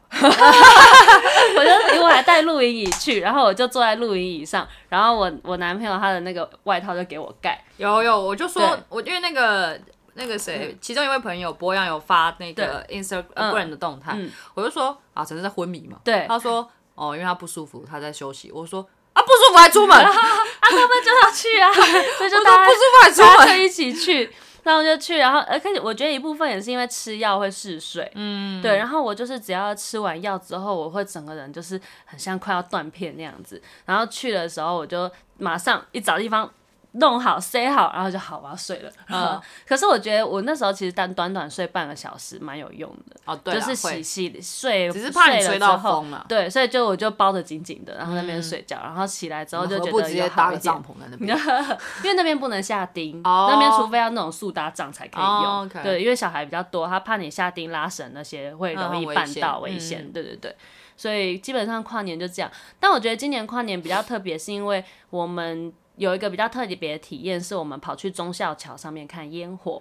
[SPEAKER 2] 我就因为我还带露营椅去，然后我就坐在露营椅上，然后我我男朋友他的那个外套就给我盖，
[SPEAKER 1] 有有，我就说
[SPEAKER 2] 对，嗯
[SPEAKER 1] 我因为那个那个谁，其中一位朋友博洋有发那个 Instagram 的动态，我就说啊，只是在昏迷嘛，
[SPEAKER 2] 嗯对
[SPEAKER 1] 他说哦，因为他不舒服，他在休息，我说啊，不舒服还 出门，我说
[SPEAKER 2] 啊，那我们就要 去啊，所以就大家
[SPEAKER 1] 不舒服还出
[SPEAKER 2] 大家
[SPEAKER 1] 门，
[SPEAKER 2] 就一起去，然后我就去，然后而且我觉得一部分也是因为吃药会嗜睡，嗯，对，然后我就是只要吃完药之后，我会整个人就是很像快要断片那样子，然后去的时候我就马上一找地方。弄好塞好，然后就好，我要睡了。嗯
[SPEAKER 1] 嗯，
[SPEAKER 2] 可是我觉得我那时候其实短短短睡半个小时蛮有用的，
[SPEAKER 1] 哦，对
[SPEAKER 2] 就
[SPEAKER 1] 啦，
[SPEAKER 2] 是
[SPEAKER 1] 会
[SPEAKER 2] 洗洗睡，
[SPEAKER 1] 只是怕你吹
[SPEAKER 2] 睡了
[SPEAKER 1] 到
[SPEAKER 2] 之后
[SPEAKER 1] 风了
[SPEAKER 2] 对，所以就我就包的紧紧的，然后在那边睡觉，然后起来之后就
[SPEAKER 1] 何
[SPEAKER 2] 觉
[SPEAKER 1] 不
[SPEAKER 2] 得
[SPEAKER 1] 直
[SPEAKER 2] 有
[SPEAKER 1] 接
[SPEAKER 2] 好
[SPEAKER 1] 搭
[SPEAKER 2] 一
[SPEAKER 1] 个
[SPEAKER 2] 点
[SPEAKER 1] 帐。篷在那边？
[SPEAKER 2] 因为那边不能下钉，
[SPEAKER 1] 哦
[SPEAKER 2] 那边除非要那种速搭帐才可以用。
[SPEAKER 1] 哦，OK
[SPEAKER 2] 对，因为小孩比较多，他怕你下钉拉绳那些会容易
[SPEAKER 1] 嗯危
[SPEAKER 2] 绊
[SPEAKER 1] 险
[SPEAKER 2] 到危险。对对对，所以基本上跨年就这样。但我觉得今年跨年比较特别，是因为我们有一个比较特别的体验，是我们跑去忠孝桥上面看烟火。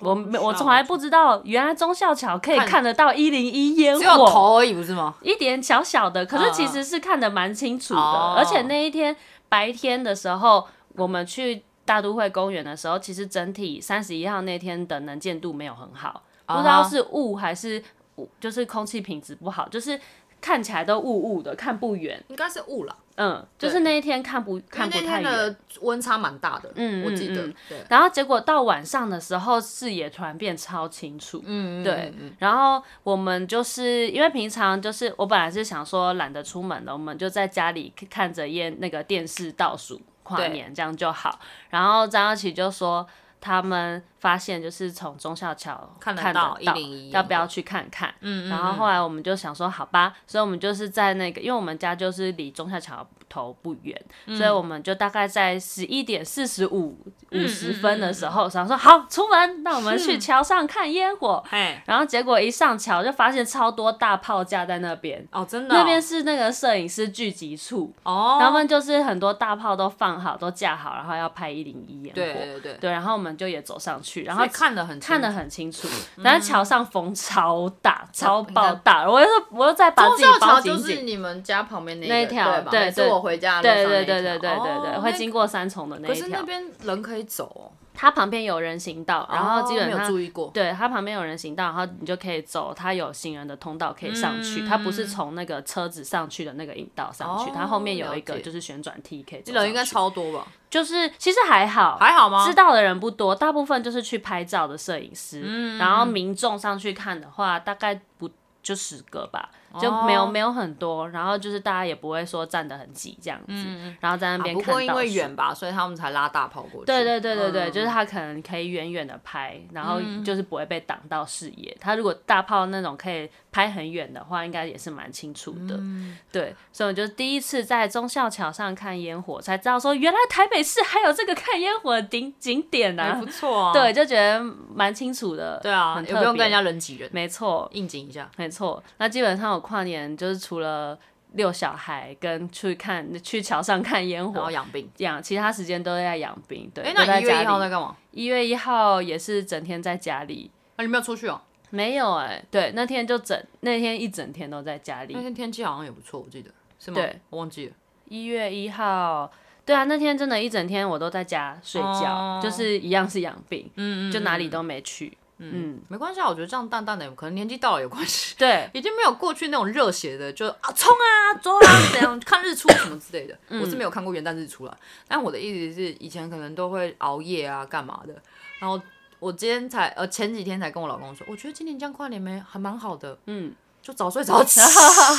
[SPEAKER 2] 我没，我从来不知道，原来忠孝桥可以
[SPEAKER 1] 看
[SPEAKER 2] 看得到一零一烟火，
[SPEAKER 1] 只有头而已，不是吗？
[SPEAKER 2] 一点小小的，可是其实是看得蛮清楚
[SPEAKER 1] 嗯
[SPEAKER 2] 的。
[SPEAKER 1] 哦
[SPEAKER 2] 而且那一天白天的时候，我们去大都会公园的时候，其实整体三十一号那天的能见度没有很好，
[SPEAKER 1] 啊
[SPEAKER 2] 不知道是雾还是雾就是空气品质不好，就是看起来都雾雾的，看不远。
[SPEAKER 1] 应该是雾了，
[SPEAKER 2] 嗯，就是那一天看不看不
[SPEAKER 1] 因为
[SPEAKER 2] 太
[SPEAKER 1] 那天
[SPEAKER 2] 远。
[SPEAKER 1] 的温差蛮大的，
[SPEAKER 2] 嗯
[SPEAKER 1] 我记得
[SPEAKER 2] 嗯嗯，
[SPEAKER 1] 对，
[SPEAKER 2] 然后结果到晚上的时候，视野突然变超清楚。
[SPEAKER 1] 嗯，嗯
[SPEAKER 2] 对，
[SPEAKER 1] 嗯
[SPEAKER 2] 然后我们就是因为平常就是我本来是想说懒得出门了，我们就在家里看着烟那个电视倒数跨
[SPEAKER 1] 对
[SPEAKER 2] 年这样就好。然后张耀琪就说他们发现就是从忠孝桥
[SPEAKER 1] 看得
[SPEAKER 2] 得
[SPEAKER 1] 到
[SPEAKER 2] 到
[SPEAKER 1] 101
[SPEAKER 2] 要不要去看看？
[SPEAKER 1] 嗯嗯
[SPEAKER 2] 然后后来我们就想说好吧，所以我们就是在那个，因为我们家就是离忠孝桥头不远，
[SPEAKER 1] 嗯
[SPEAKER 2] 所以我们就大概在十一点四十五五
[SPEAKER 1] 嗯
[SPEAKER 2] 十分的时候，想说好出门，那我们去桥上看烟火。
[SPEAKER 1] 嘿，
[SPEAKER 2] 然后结果一上桥就发现超多大炮架在那边，
[SPEAKER 1] 哦，真的哦，
[SPEAKER 2] 那边是那个摄影师聚集处，
[SPEAKER 1] 哦，
[SPEAKER 2] 他们就是很多大炮都放好、都架好，然后要拍一零一烟火。
[SPEAKER 1] 对对对，
[SPEAKER 2] 对然后我们就也走上去，然
[SPEAKER 1] 然
[SPEAKER 2] 后
[SPEAKER 1] 后看嗯得很清
[SPEAKER 2] 看得
[SPEAKER 1] 楚
[SPEAKER 2] 很清楚，但是桥上风超大，超
[SPEAKER 1] 你
[SPEAKER 2] 爆
[SPEAKER 1] 看
[SPEAKER 2] 大，我又我又再把自己
[SPEAKER 1] 忠孝
[SPEAKER 2] 包
[SPEAKER 1] 桥
[SPEAKER 2] 紧
[SPEAKER 1] 就
[SPEAKER 2] 紧
[SPEAKER 1] 是。你们家旁边那
[SPEAKER 2] 那
[SPEAKER 1] 一
[SPEAKER 2] 一
[SPEAKER 1] 个
[SPEAKER 2] 条
[SPEAKER 1] 吧？
[SPEAKER 2] 对
[SPEAKER 1] 每次
[SPEAKER 2] 对
[SPEAKER 1] 我回家的路
[SPEAKER 2] 对
[SPEAKER 1] 上那
[SPEAKER 2] 对
[SPEAKER 1] 一条
[SPEAKER 2] 对对对对对，
[SPEAKER 1] 哦
[SPEAKER 2] 会
[SPEAKER 1] 那
[SPEAKER 2] 经过三重的那
[SPEAKER 1] 可
[SPEAKER 2] 一
[SPEAKER 1] 是
[SPEAKER 2] 条
[SPEAKER 1] 那。边人可以走哦，
[SPEAKER 2] 它旁边有人行道，然后基本
[SPEAKER 1] 哦没有
[SPEAKER 2] 上
[SPEAKER 1] 注意过，
[SPEAKER 2] 对，它旁边有人行道，然后你就可以走，它有行人的通道可以上去，它不是从那个车子上去的那个引道上去，
[SPEAKER 1] 哦
[SPEAKER 2] 它后面有一
[SPEAKER 1] 了
[SPEAKER 2] 个
[SPEAKER 1] 解
[SPEAKER 2] 就是旋转梯可以走
[SPEAKER 1] 这
[SPEAKER 2] 上
[SPEAKER 1] 人
[SPEAKER 2] 去。
[SPEAKER 1] 应该超多吧？
[SPEAKER 2] 就是其实还好，
[SPEAKER 1] 还好吗啊
[SPEAKER 2] 知？道的人不多，大部分就是去拍照的摄影师，然后民众上去看的话，大概不就十个吧，就没有、
[SPEAKER 1] 哦
[SPEAKER 2] 没有很多，然后就是大家也不会说站得很挤这样子，然后在
[SPEAKER 1] 啊
[SPEAKER 2] 那边
[SPEAKER 1] 不
[SPEAKER 2] 看到、
[SPEAKER 1] 过因为。远吧，所以他们才拉大炮过去。
[SPEAKER 2] 对对对对对，
[SPEAKER 1] 嗯
[SPEAKER 2] 就是他可能可以远远的拍，然后就是不会被挡到视野。他如果大炮那种可以拍很远的话，应该也是蛮清楚的。
[SPEAKER 1] 嗯
[SPEAKER 2] 对，所以我就第一次在忠孝桥上看烟火，才知道说原来台北市还有这个看烟火的景景点
[SPEAKER 1] 还
[SPEAKER 2] 啊
[SPEAKER 1] 不。错啊。
[SPEAKER 2] 对，就觉得蛮清楚的。
[SPEAKER 1] 对啊，
[SPEAKER 2] 很
[SPEAKER 1] 也
[SPEAKER 2] 特
[SPEAKER 1] 不用跟
[SPEAKER 2] 别
[SPEAKER 1] 人家人挤人，
[SPEAKER 2] 没错，
[SPEAKER 1] 应景一下。
[SPEAKER 2] 没错。那基本上我跨年就是除了遛小孩跟去看去桥上看烟
[SPEAKER 1] 然后
[SPEAKER 2] 火。
[SPEAKER 1] 养病。
[SPEAKER 2] 养其他时间都在养病，对。
[SPEAKER 1] 哎，
[SPEAKER 2] 都
[SPEAKER 1] 那
[SPEAKER 2] 在
[SPEAKER 1] 你一月
[SPEAKER 2] 家
[SPEAKER 1] 一号
[SPEAKER 2] 里
[SPEAKER 1] 在干嘛？
[SPEAKER 2] 一月一号也是整天在家里，
[SPEAKER 1] 啊，你没有出去哦？
[SPEAKER 2] 没有哎、对，那天就整那天一整天都在家
[SPEAKER 1] 那
[SPEAKER 2] 里。
[SPEAKER 1] 天天气好像也不错，我记得是吗？
[SPEAKER 2] 嗯对，
[SPEAKER 1] 我忘记了。
[SPEAKER 2] 一月一号，对啊，那天真的一整天我都在家睡觉，
[SPEAKER 1] 哦
[SPEAKER 2] 就是一样是养病，
[SPEAKER 1] 嗯
[SPEAKER 2] 就哪里都没去。
[SPEAKER 1] 嗯，没关系啊，我觉得这样淡淡的，可能年纪到了有关系，
[SPEAKER 2] 对，
[SPEAKER 1] 已经没有过去那种热血的，就啊冲啊，走啊，怎样看日出什么之类的。我是没有看过元旦日出啦，但我的意思是，以前可能都会熬夜啊，干嘛的。然后我今天才呃前几天才跟我老公说，我觉得今年这样跨年没还蛮好的，
[SPEAKER 2] 嗯，
[SPEAKER 1] 就早睡早起。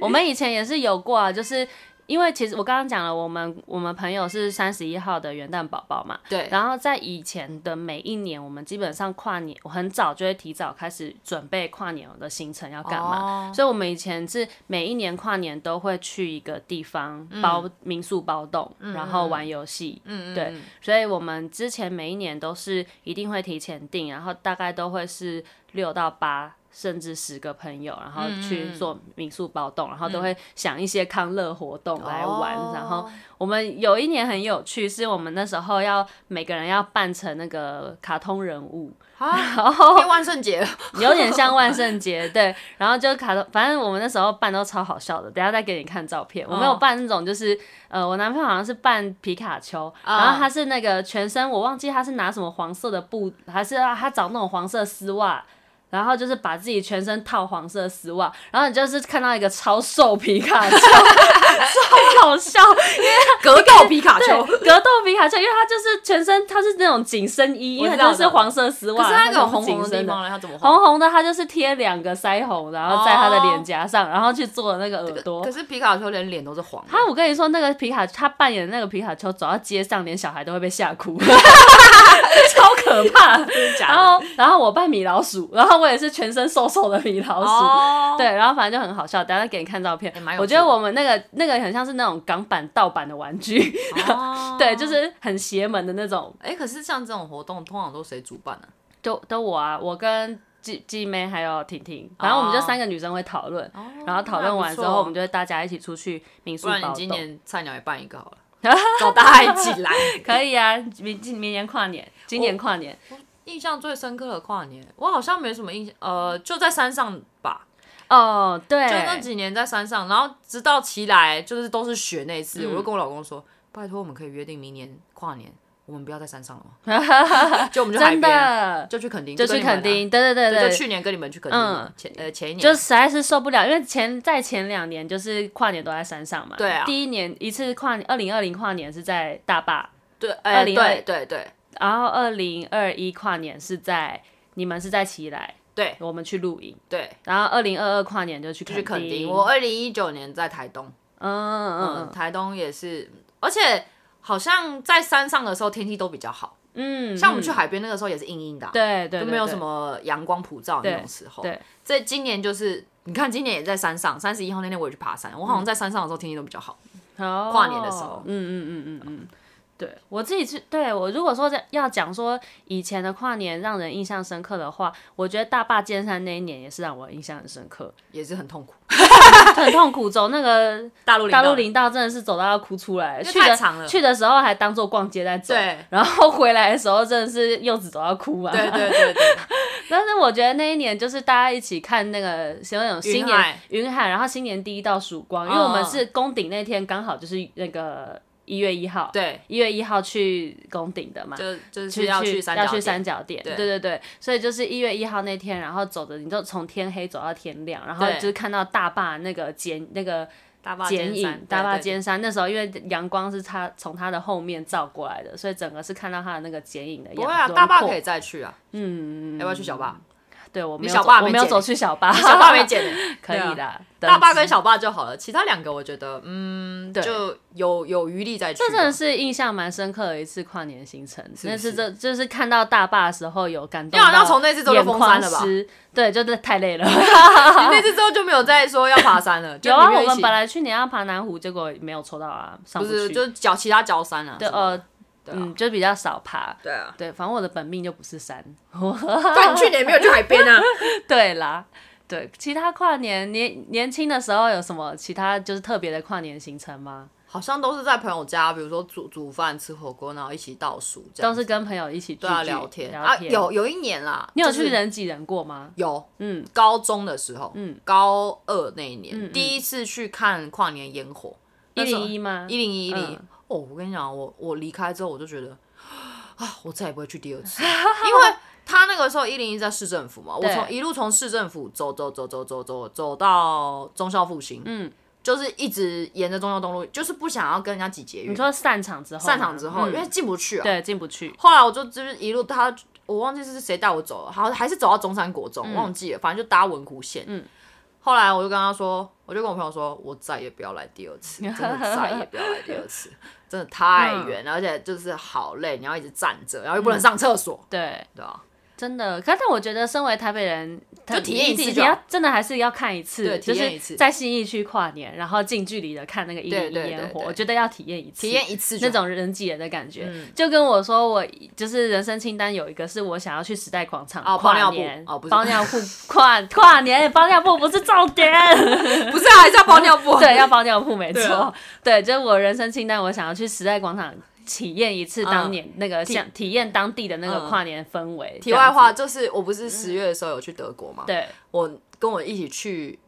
[SPEAKER 2] 我们以前也是有过啊，就是因为其实我刚刚讲了，我们我们朋友是三十一号的元旦宝宝嘛，
[SPEAKER 1] 对，啊
[SPEAKER 2] 然后在以前的每一年，我们基本上跨年，我很早就会提早开始准备跨年的行程要干嘛。
[SPEAKER 1] 嘛？
[SPEAKER 2] 所以，我们以前是每一年跨年都会去一个地方包、民宿包栋，然后玩游戏。
[SPEAKER 1] 嗯嗯，
[SPEAKER 2] 对
[SPEAKER 1] 嗯，
[SPEAKER 2] 所以我们之前每一年都是一定会提前订，然后大概都会是六到八甚至十个朋友，然后去
[SPEAKER 1] 嗯
[SPEAKER 2] 做民宿包栋，然后都会想一些康乐活动来玩。
[SPEAKER 1] 哦
[SPEAKER 2] 然后我们有一年很有趣，是我们那时候要每个人要扮成那个卡通人物，
[SPEAKER 1] 啊，
[SPEAKER 2] 然后
[SPEAKER 1] 变万圣节了，
[SPEAKER 2] 有点像万圣节，对。然后就卡通，反正我们那时候扮都超好笑的，等一下再给你看照片。我没有扮那种，就是呃，我男朋友好像是扮皮卡丘，
[SPEAKER 1] 嗯
[SPEAKER 2] 然后他是那个全身，我忘记他是拿什么黄色的布，还是他找那种黄色丝袜。然后就是把自己全身套黄色丝袜，然后你就是看到一个超瘦皮卡丘，超好笑，
[SPEAKER 1] 格 斗皮卡丘。
[SPEAKER 2] 对， 格斗皮卡丘，因为它就是全身，它是那种紧身衣，因为
[SPEAKER 1] 我
[SPEAKER 2] 它就
[SPEAKER 1] 知
[SPEAKER 2] 是
[SPEAKER 1] 道
[SPEAKER 2] 黄色丝袜，
[SPEAKER 1] 可是它
[SPEAKER 2] 它
[SPEAKER 1] 有
[SPEAKER 2] 不
[SPEAKER 1] 红红
[SPEAKER 2] 是紧
[SPEAKER 1] 的地
[SPEAKER 2] 身的
[SPEAKER 1] 方呢，它怎么红？
[SPEAKER 2] 红红的，它就是贴两个腮红，然后在他的脸颊上，然后去做那个耳朵
[SPEAKER 1] 哦可。是皮卡丘连脸都是黄的，
[SPEAKER 2] 他，我跟你说，那个皮卡，他扮演的那个皮卡丘，走到街上，连小孩都会被吓 哭，超可怕。然后，然后我扮米老鼠，然后我也是全身瘦瘦的米老鼠。
[SPEAKER 1] 哦，
[SPEAKER 2] 对，然后反正就很好笑，等一下给你看照片
[SPEAKER 1] 也蛮。有
[SPEAKER 2] 我
[SPEAKER 1] 趣
[SPEAKER 2] 觉
[SPEAKER 1] 的
[SPEAKER 2] 得我们那个那个很像是那种港版盗版的玩具，
[SPEAKER 1] 哦
[SPEAKER 2] 对，就是很邪门的那种
[SPEAKER 1] 哎，可是像这种活动通常都谁主办呢？
[SPEAKER 2] 都都我啊，我跟季季妹还有婷婷，反正我们就三个女生会讨论，然后讨论完之
[SPEAKER 1] 那不
[SPEAKER 2] 后，
[SPEAKER 1] 错
[SPEAKER 2] 我们就会大家一起出去民宿
[SPEAKER 1] 不然
[SPEAKER 2] 包
[SPEAKER 1] 你今
[SPEAKER 2] 栋。
[SPEAKER 1] 年菜鸟也办一个 好了，找大家一起来。
[SPEAKER 2] 可以啊，明今明年跨年，今年跨年，
[SPEAKER 1] 印象最深刻的跨年，我好像没什么印象，呃，就在山上吧，
[SPEAKER 2] 哦，对
[SPEAKER 1] 就，那几年在山上，然后直到骑来就是都是雪那一次，
[SPEAKER 2] 嗯
[SPEAKER 1] 我就跟我老公说，拜托我们可以约定明年跨年，我们不要在山上了吗？ 就我们就海
[SPEAKER 2] 真
[SPEAKER 1] 边啊，
[SPEAKER 2] 的
[SPEAKER 1] 就去垦丁，
[SPEAKER 2] 就
[SPEAKER 1] 跟你
[SPEAKER 2] 去
[SPEAKER 1] 们
[SPEAKER 2] 垦
[SPEAKER 1] 啊，
[SPEAKER 2] 丁，对对对
[SPEAKER 1] 对，就
[SPEAKER 2] 对。嗯
[SPEAKER 1] 去年跟你们去垦丁嘛，前呃前一年
[SPEAKER 2] 就实在是受不了，因为前在前两年就是跨年都在山上嘛。
[SPEAKER 1] 对啊
[SPEAKER 2] 第一年一次跨年，二零二零跨年是在大坝，
[SPEAKER 1] 对，哎、
[SPEAKER 2] 2020
[SPEAKER 1] 对对对
[SPEAKER 2] 然后二零二一跨年是在你们是在奇来，
[SPEAKER 1] 对
[SPEAKER 2] 我们去露营，
[SPEAKER 1] 对，
[SPEAKER 2] 然后二零二二跨年就去
[SPEAKER 1] 就是
[SPEAKER 2] 垦
[SPEAKER 1] 垦
[SPEAKER 2] 丁
[SPEAKER 1] 丁。。我二零一九年在台东，嗯，
[SPEAKER 2] 嗯嗯
[SPEAKER 1] 台东也是，而且好像在山上的时候天气都比较好，
[SPEAKER 2] 嗯，
[SPEAKER 1] 像我们
[SPEAKER 2] 嗯
[SPEAKER 1] 去海边那个时候也是阴阴的啊、
[SPEAKER 2] 对对
[SPEAKER 1] 就
[SPEAKER 2] 对
[SPEAKER 1] 没有
[SPEAKER 2] 对
[SPEAKER 1] 什么阳光普照那种时候。
[SPEAKER 2] 对，
[SPEAKER 1] 这今年就是。你看，今年也在山上，三十一号那天我也去爬山，我好像在山上的时候天气都比较好。
[SPEAKER 2] 跨
[SPEAKER 1] 跨年的时候
[SPEAKER 2] 嗯嗯嗯嗯嗯，对我自己是对我如果说在要讲说以前的跨年让人印象深刻的话，我觉得大坝尖山那一年也是让我印象很深刻，
[SPEAKER 1] 也是很痛苦。
[SPEAKER 2] 很痛苦，走那个
[SPEAKER 1] 大陆
[SPEAKER 2] 大陆
[SPEAKER 1] 林
[SPEAKER 2] 林道真的是走到要哭出来，
[SPEAKER 1] 因为
[SPEAKER 2] 去
[SPEAKER 1] 太
[SPEAKER 2] 的
[SPEAKER 1] 长了
[SPEAKER 2] 去的时候还当做逛街在走。
[SPEAKER 1] 对
[SPEAKER 2] 然后回来的时候，真的是柚子都要哭啊！
[SPEAKER 1] 对对对对，
[SPEAKER 2] 但是我觉得那一年就是大家一起看那个什么新
[SPEAKER 1] 云
[SPEAKER 2] 年
[SPEAKER 1] 海
[SPEAKER 2] 云海，然后新年第一道曙光，
[SPEAKER 1] 嗯
[SPEAKER 2] 因为我们是宫顶那天刚好就是那个一月一号，
[SPEAKER 1] 对，
[SPEAKER 2] 一月一号去宫顶的嘛，
[SPEAKER 1] 就就
[SPEAKER 2] 去
[SPEAKER 1] 是要
[SPEAKER 2] 去
[SPEAKER 1] 三
[SPEAKER 2] 要
[SPEAKER 1] 角
[SPEAKER 2] 去
[SPEAKER 1] 点
[SPEAKER 2] 三角点，
[SPEAKER 1] 对
[SPEAKER 2] 对对对，所以就是一月一号那天，然后走的你就从天黑走到天亮，然后
[SPEAKER 1] 对
[SPEAKER 2] 就是看到大坝那个剪那个
[SPEAKER 1] 大坝
[SPEAKER 2] 剪
[SPEAKER 1] 尖山
[SPEAKER 2] 影，大坝，
[SPEAKER 1] 对对
[SPEAKER 2] 尖山。那时候因为阳光是它从它的后面照过来的，所以整个是看到它的那个剪影的
[SPEAKER 1] 对
[SPEAKER 2] 样
[SPEAKER 1] 不
[SPEAKER 2] 子。
[SPEAKER 1] 会啊，大坝可
[SPEAKER 2] 以，
[SPEAKER 1] 以再去啊，嗯，要不要去小坝？
[SPEAKER 2] 对我没
[SPEAKER 1] 你
[SPEAKER 2] 有
[SPEAKER 1] 小
[SPEAKER 2] 走
[SPEAKER 1] 坝
[SPEAKER 2] 我
[SPEAKER 1] 没
[SPEAKER 2] 没有
[SPEAKER 1] 剪
[SPEAKER 2] 走 去小坝，
[SPEAKER 1] 你小坝 没剪
[SPEAKER 2] 可以
[SPEAKER 1] 对啊
[SPEAKER 2] 的，
[SPEAKER 1] 大坝
[SPEAKER 2] 坝
[SPEAKER 1] 跟小坝就好了，其他两个我觉得，嗯，
[SPEAKER 2] 对
[SPEAKER 1] 就有有余力再去吧。
[SPEAKER 2] 这真的是印象蛮深刻的一次跨年行程，
[SPEAKER 1] 是
[SPEAKER 2] 那次
[SPEAKER 1] 是
[SPEAKER 2] 这就是看到大坝的时候有感动
[SPEAKER 1] 因为好
[SPEAKER 2] 到眼
[SPEAKER 1] 像
[SPEAKER 2] 眶湿，
[SPEAKER 1] 从那次之后就封山了吧
[SPEAKER 2] 对，就是太累 了。
[SPEAKER 1] 你啊那次之后就没有再说要爬山 了，就
[SPEAKER 2] 有啊，
[SPEAKER 1] 你没
[SPEAKER 2] 我
[SPEAKER 1] 一
[SPEAKER 2] 们
[SPEAKER 1] 起
[SPEAKER 2] 本来去年要爬南湖，结果没有抽到啊，上
[SPEAKER 1] 不
[SPEAKER 2] 不去。
[SPEAKER 1] 是就脚其他脚山啊，
[SPEAKER 2] 对
[SPEAKER 1] 什么
[SPEAKER 2] 呃，
[SPEAKER 1] 对啊
[SPEAKER 2] 嗯，就比较少爬。
[SPEAKER 1] 对 啊，
[SPEAKER 2] 对，反正我的本命就不是山。
[SPEAKER 1] 但你去年没有去海边 啊，
[SPEAKER 2] 对啦，对，其他跨年年年轻的时候有什么其他就是特别的跨年行程吗？
[SPEAKER 1] 好像都是在朋友家，比如说煮煮饭、吃火锅，然后一起倒数这样，
[SPEAKER 2] 都是跟朋友一起聚
[SPEAKER 1] 对啊
[SPEAKER 2] 聚
[SPEAKER 1] 聊天
[SPEAKER 2] 聊
[SPEAKER 1] 啊。
[SPEAKER 2] 天。
[SPEAKER 1] 有有一年啦，
[SPEAKER 2] 你有
[SPEAKER 1] 就是
[SPEAKER 2] 去人挤人过吗？
[SPEAKER 1] 有
[SPEAKER 2] 嗯，
[SPEAKER 1] 高中的时候，
[SPEAKER 2] 嗯，
[SPEAKER 1] 高二那一年
[SPEAKER 2] 嗯嗯
[SPEAKER 1] 第一次去看跨年烟火，
[SPEAKER 2] 一
[SPEAKER 1] 那时候
[SPEAKER 2] 零一吗？
[SPEAKER 1] 一零一一零一
[SPEAKER 2] 嗯。
[SPEAKER 1] 哦，我跟你讲，我我离开之后，我就觉得 啊，我再也不会去第二 次，因为他那个时候一零一在市政府嘛，我
[SPEAKER 2] 对
[SPEAKER 1] 从一路从市政府走走走走走走走到忠孝复兴，
[SPEAKER 2] 嗯，
[SPEAKER 1] 就是一直沿着忠孝东路，就是不想要跟人家挤捷
[SPEAKER 2] 你
[SPEAKER 1] 运。
[SPEAKER 2] 说散场之后吗，
[SPEAKER 1] 散场之后，
[SPEAKER 2] 嗯
[SPEAKER 1] 因为进不去啊。
[SPEAKER 2] 对进不去，
[SPEAKER 1] 后来我就就是一路他，我忘记是谁带我走了，好像还是走到中山国中，忘记了，反正就搭文湖线。
[SPEAKER 2] 嗯
[SPEAKER 1] 后来我就跟他说，我就跟我朋友说，我再也不要来第二次，真的再也不要来第二次，真的太远，了，而且就是好累，你要一直站着，然后又不能上厕所，
[SPEAKER 2] 对，
[SPEAKER 1] 对吧？
[SPEAKER 2] 真的。可但我觉得身为台北人，
[SPEAKER 1] 就体验一次
[SPEAKER 2] 你
[SPEAKER 1] 就好
[SPEAKER 2] 要真的还是要看一次，
[SPEAKER 1] 对
[SPEAKER 2] 就
[SPEAKER 1] 体验一
[SPEAKER 2] 是
[SPEAKER 1] 次
[SPEAKER 2] 在信义区跨年，然后近距离的看那个一零
[SPEAKER 1] 对
[SPEAKER 2] 一
[SPEAKER 1] 对对
[SPEAKER 2] 烟火，
[SPEAKER 1] 对
[SPEAKER 2] 我觉得要体验一次，
[SPEAKER 1] 体验一次就
[SPEAKER 2] 那
[SPEAKER 1] 好
[SPEAKER 2] 种人挤人的感觉。
[SPEAKER 1] 嗯
[SPEAKER 2] 就跟我说我，就是人生清单有一个是我想要去时代广场
[SPEAKER 1] 哦
[SPEAKER 2] 跨
[SPEAKER 1] 包尿布
[SPEAKER 2] 年，
[SPEAKER 1] 哦不是
[SPEAKER 2] 包尿布 跨跨年，包尿布不是重 点，。
[SPEAKER 1] 不是啊，还是要包尿布
[SPEAKER 2] 对，要包尿布没
[SPEAKER 1] 对
[SPEAKER 2] 错
[SPEAKER 1] 啊，
[SPEAKER 2] 对，就是我人生清单，我想要去时代广场。体验一次当年那个像体验当地的那个
[SPEAKER 1] 嗯
[SPEAKER 2] 跨年氛围。
[SPEAKER 1] 题
[SPEAKER 2] 这样
[SPEAKER 1] 外
[SPEAKER 2] 子
[SPEAKER 1] 话就是，我不是十月的时候有去德国嘛，
[SPEAKER 2] 对，
[SPEAKER 1] 我跟我一起去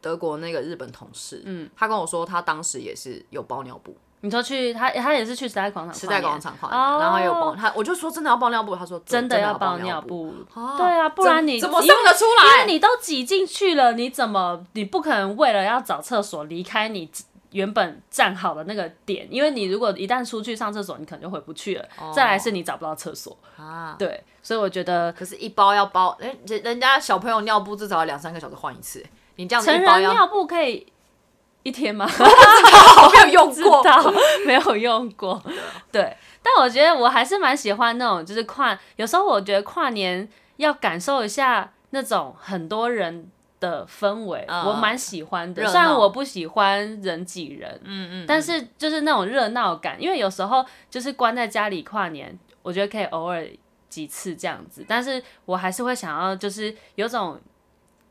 [SPEAKER 1] 德国那个日本同事，
[SPEAKER 2] 嗯
[SPEAKER 1] 嗯，他跟我说他当时也是有包尿布，
[SPEAKER 2] 你说去他他也是去时代广场，
[SPEAKER 1] 时代广，场跨年，
[SPEAKER 2] 哦
[SPEAKER 1] 然后也有包他，我就说真的要包尿布，他说对
[SPEAKER 2] 真的要
[SPEAKER 1] 包
[SPEAKER 2] 包尿
[SPEAKER 1] 布，
[SPEAKER 2] 布。
[SPEAKER 1] 啊
[SPEAKER 2] 对啊，不然你
[SPEAKER 1] 怎么
[SPEAKER 2] 因为
[SPEAKER 1] 上得出来？
[SPEAKER 2] 因为你都挤进去了，你怎么你不可能为了要找厕所离开你原本站好的那个点？因为你如果一旦出去上厕所，你可能就回不去了。
[SPEAKER 1] 哦
[SPEAKER 2] 再来是你找不到厕所，
[SPEAKER 1] 啊，
[SPEAKER 2] 对，所以我觉得
[SPEAKER 1] 可是一包要包，人人人家小朋友尿布至少要两三个小时换一次，你这样子
[SPEAKER 2] 成
[SPEAKER 1] 一包
[SPEAKER 2] 人
[SPEAKER 1] 要，
[SPEAKER 2] 尿布可以一天吗？
[SPEAKER 1] 我没有用
[SPEAKER 2] 知
[SPEAKER 1] 过，
[SPEAKER 2] 道 没有用过，
[SPEAKER 1] 啊
[SPEAKER 2] 对。但我觉得我还是蛮喜欢那种，就是跨，有时候我觉得跨年要感受一下那种很多人的氛围，
[SPEAKER 1] 嗯
[SPEAKER 2] 我蛮喜欢的。
[SPEAKER 1] 热闹
[SPEAKER 2] 虽然我不喜欢人挤人，
[SPEAKER 1] 嗯嗯，
[SPEAKER 2] 但是就是那种热闹感，因为有时候就是关在家里跨年，我觉得可以偶尔几次这样子，但是我还是会想要就是有种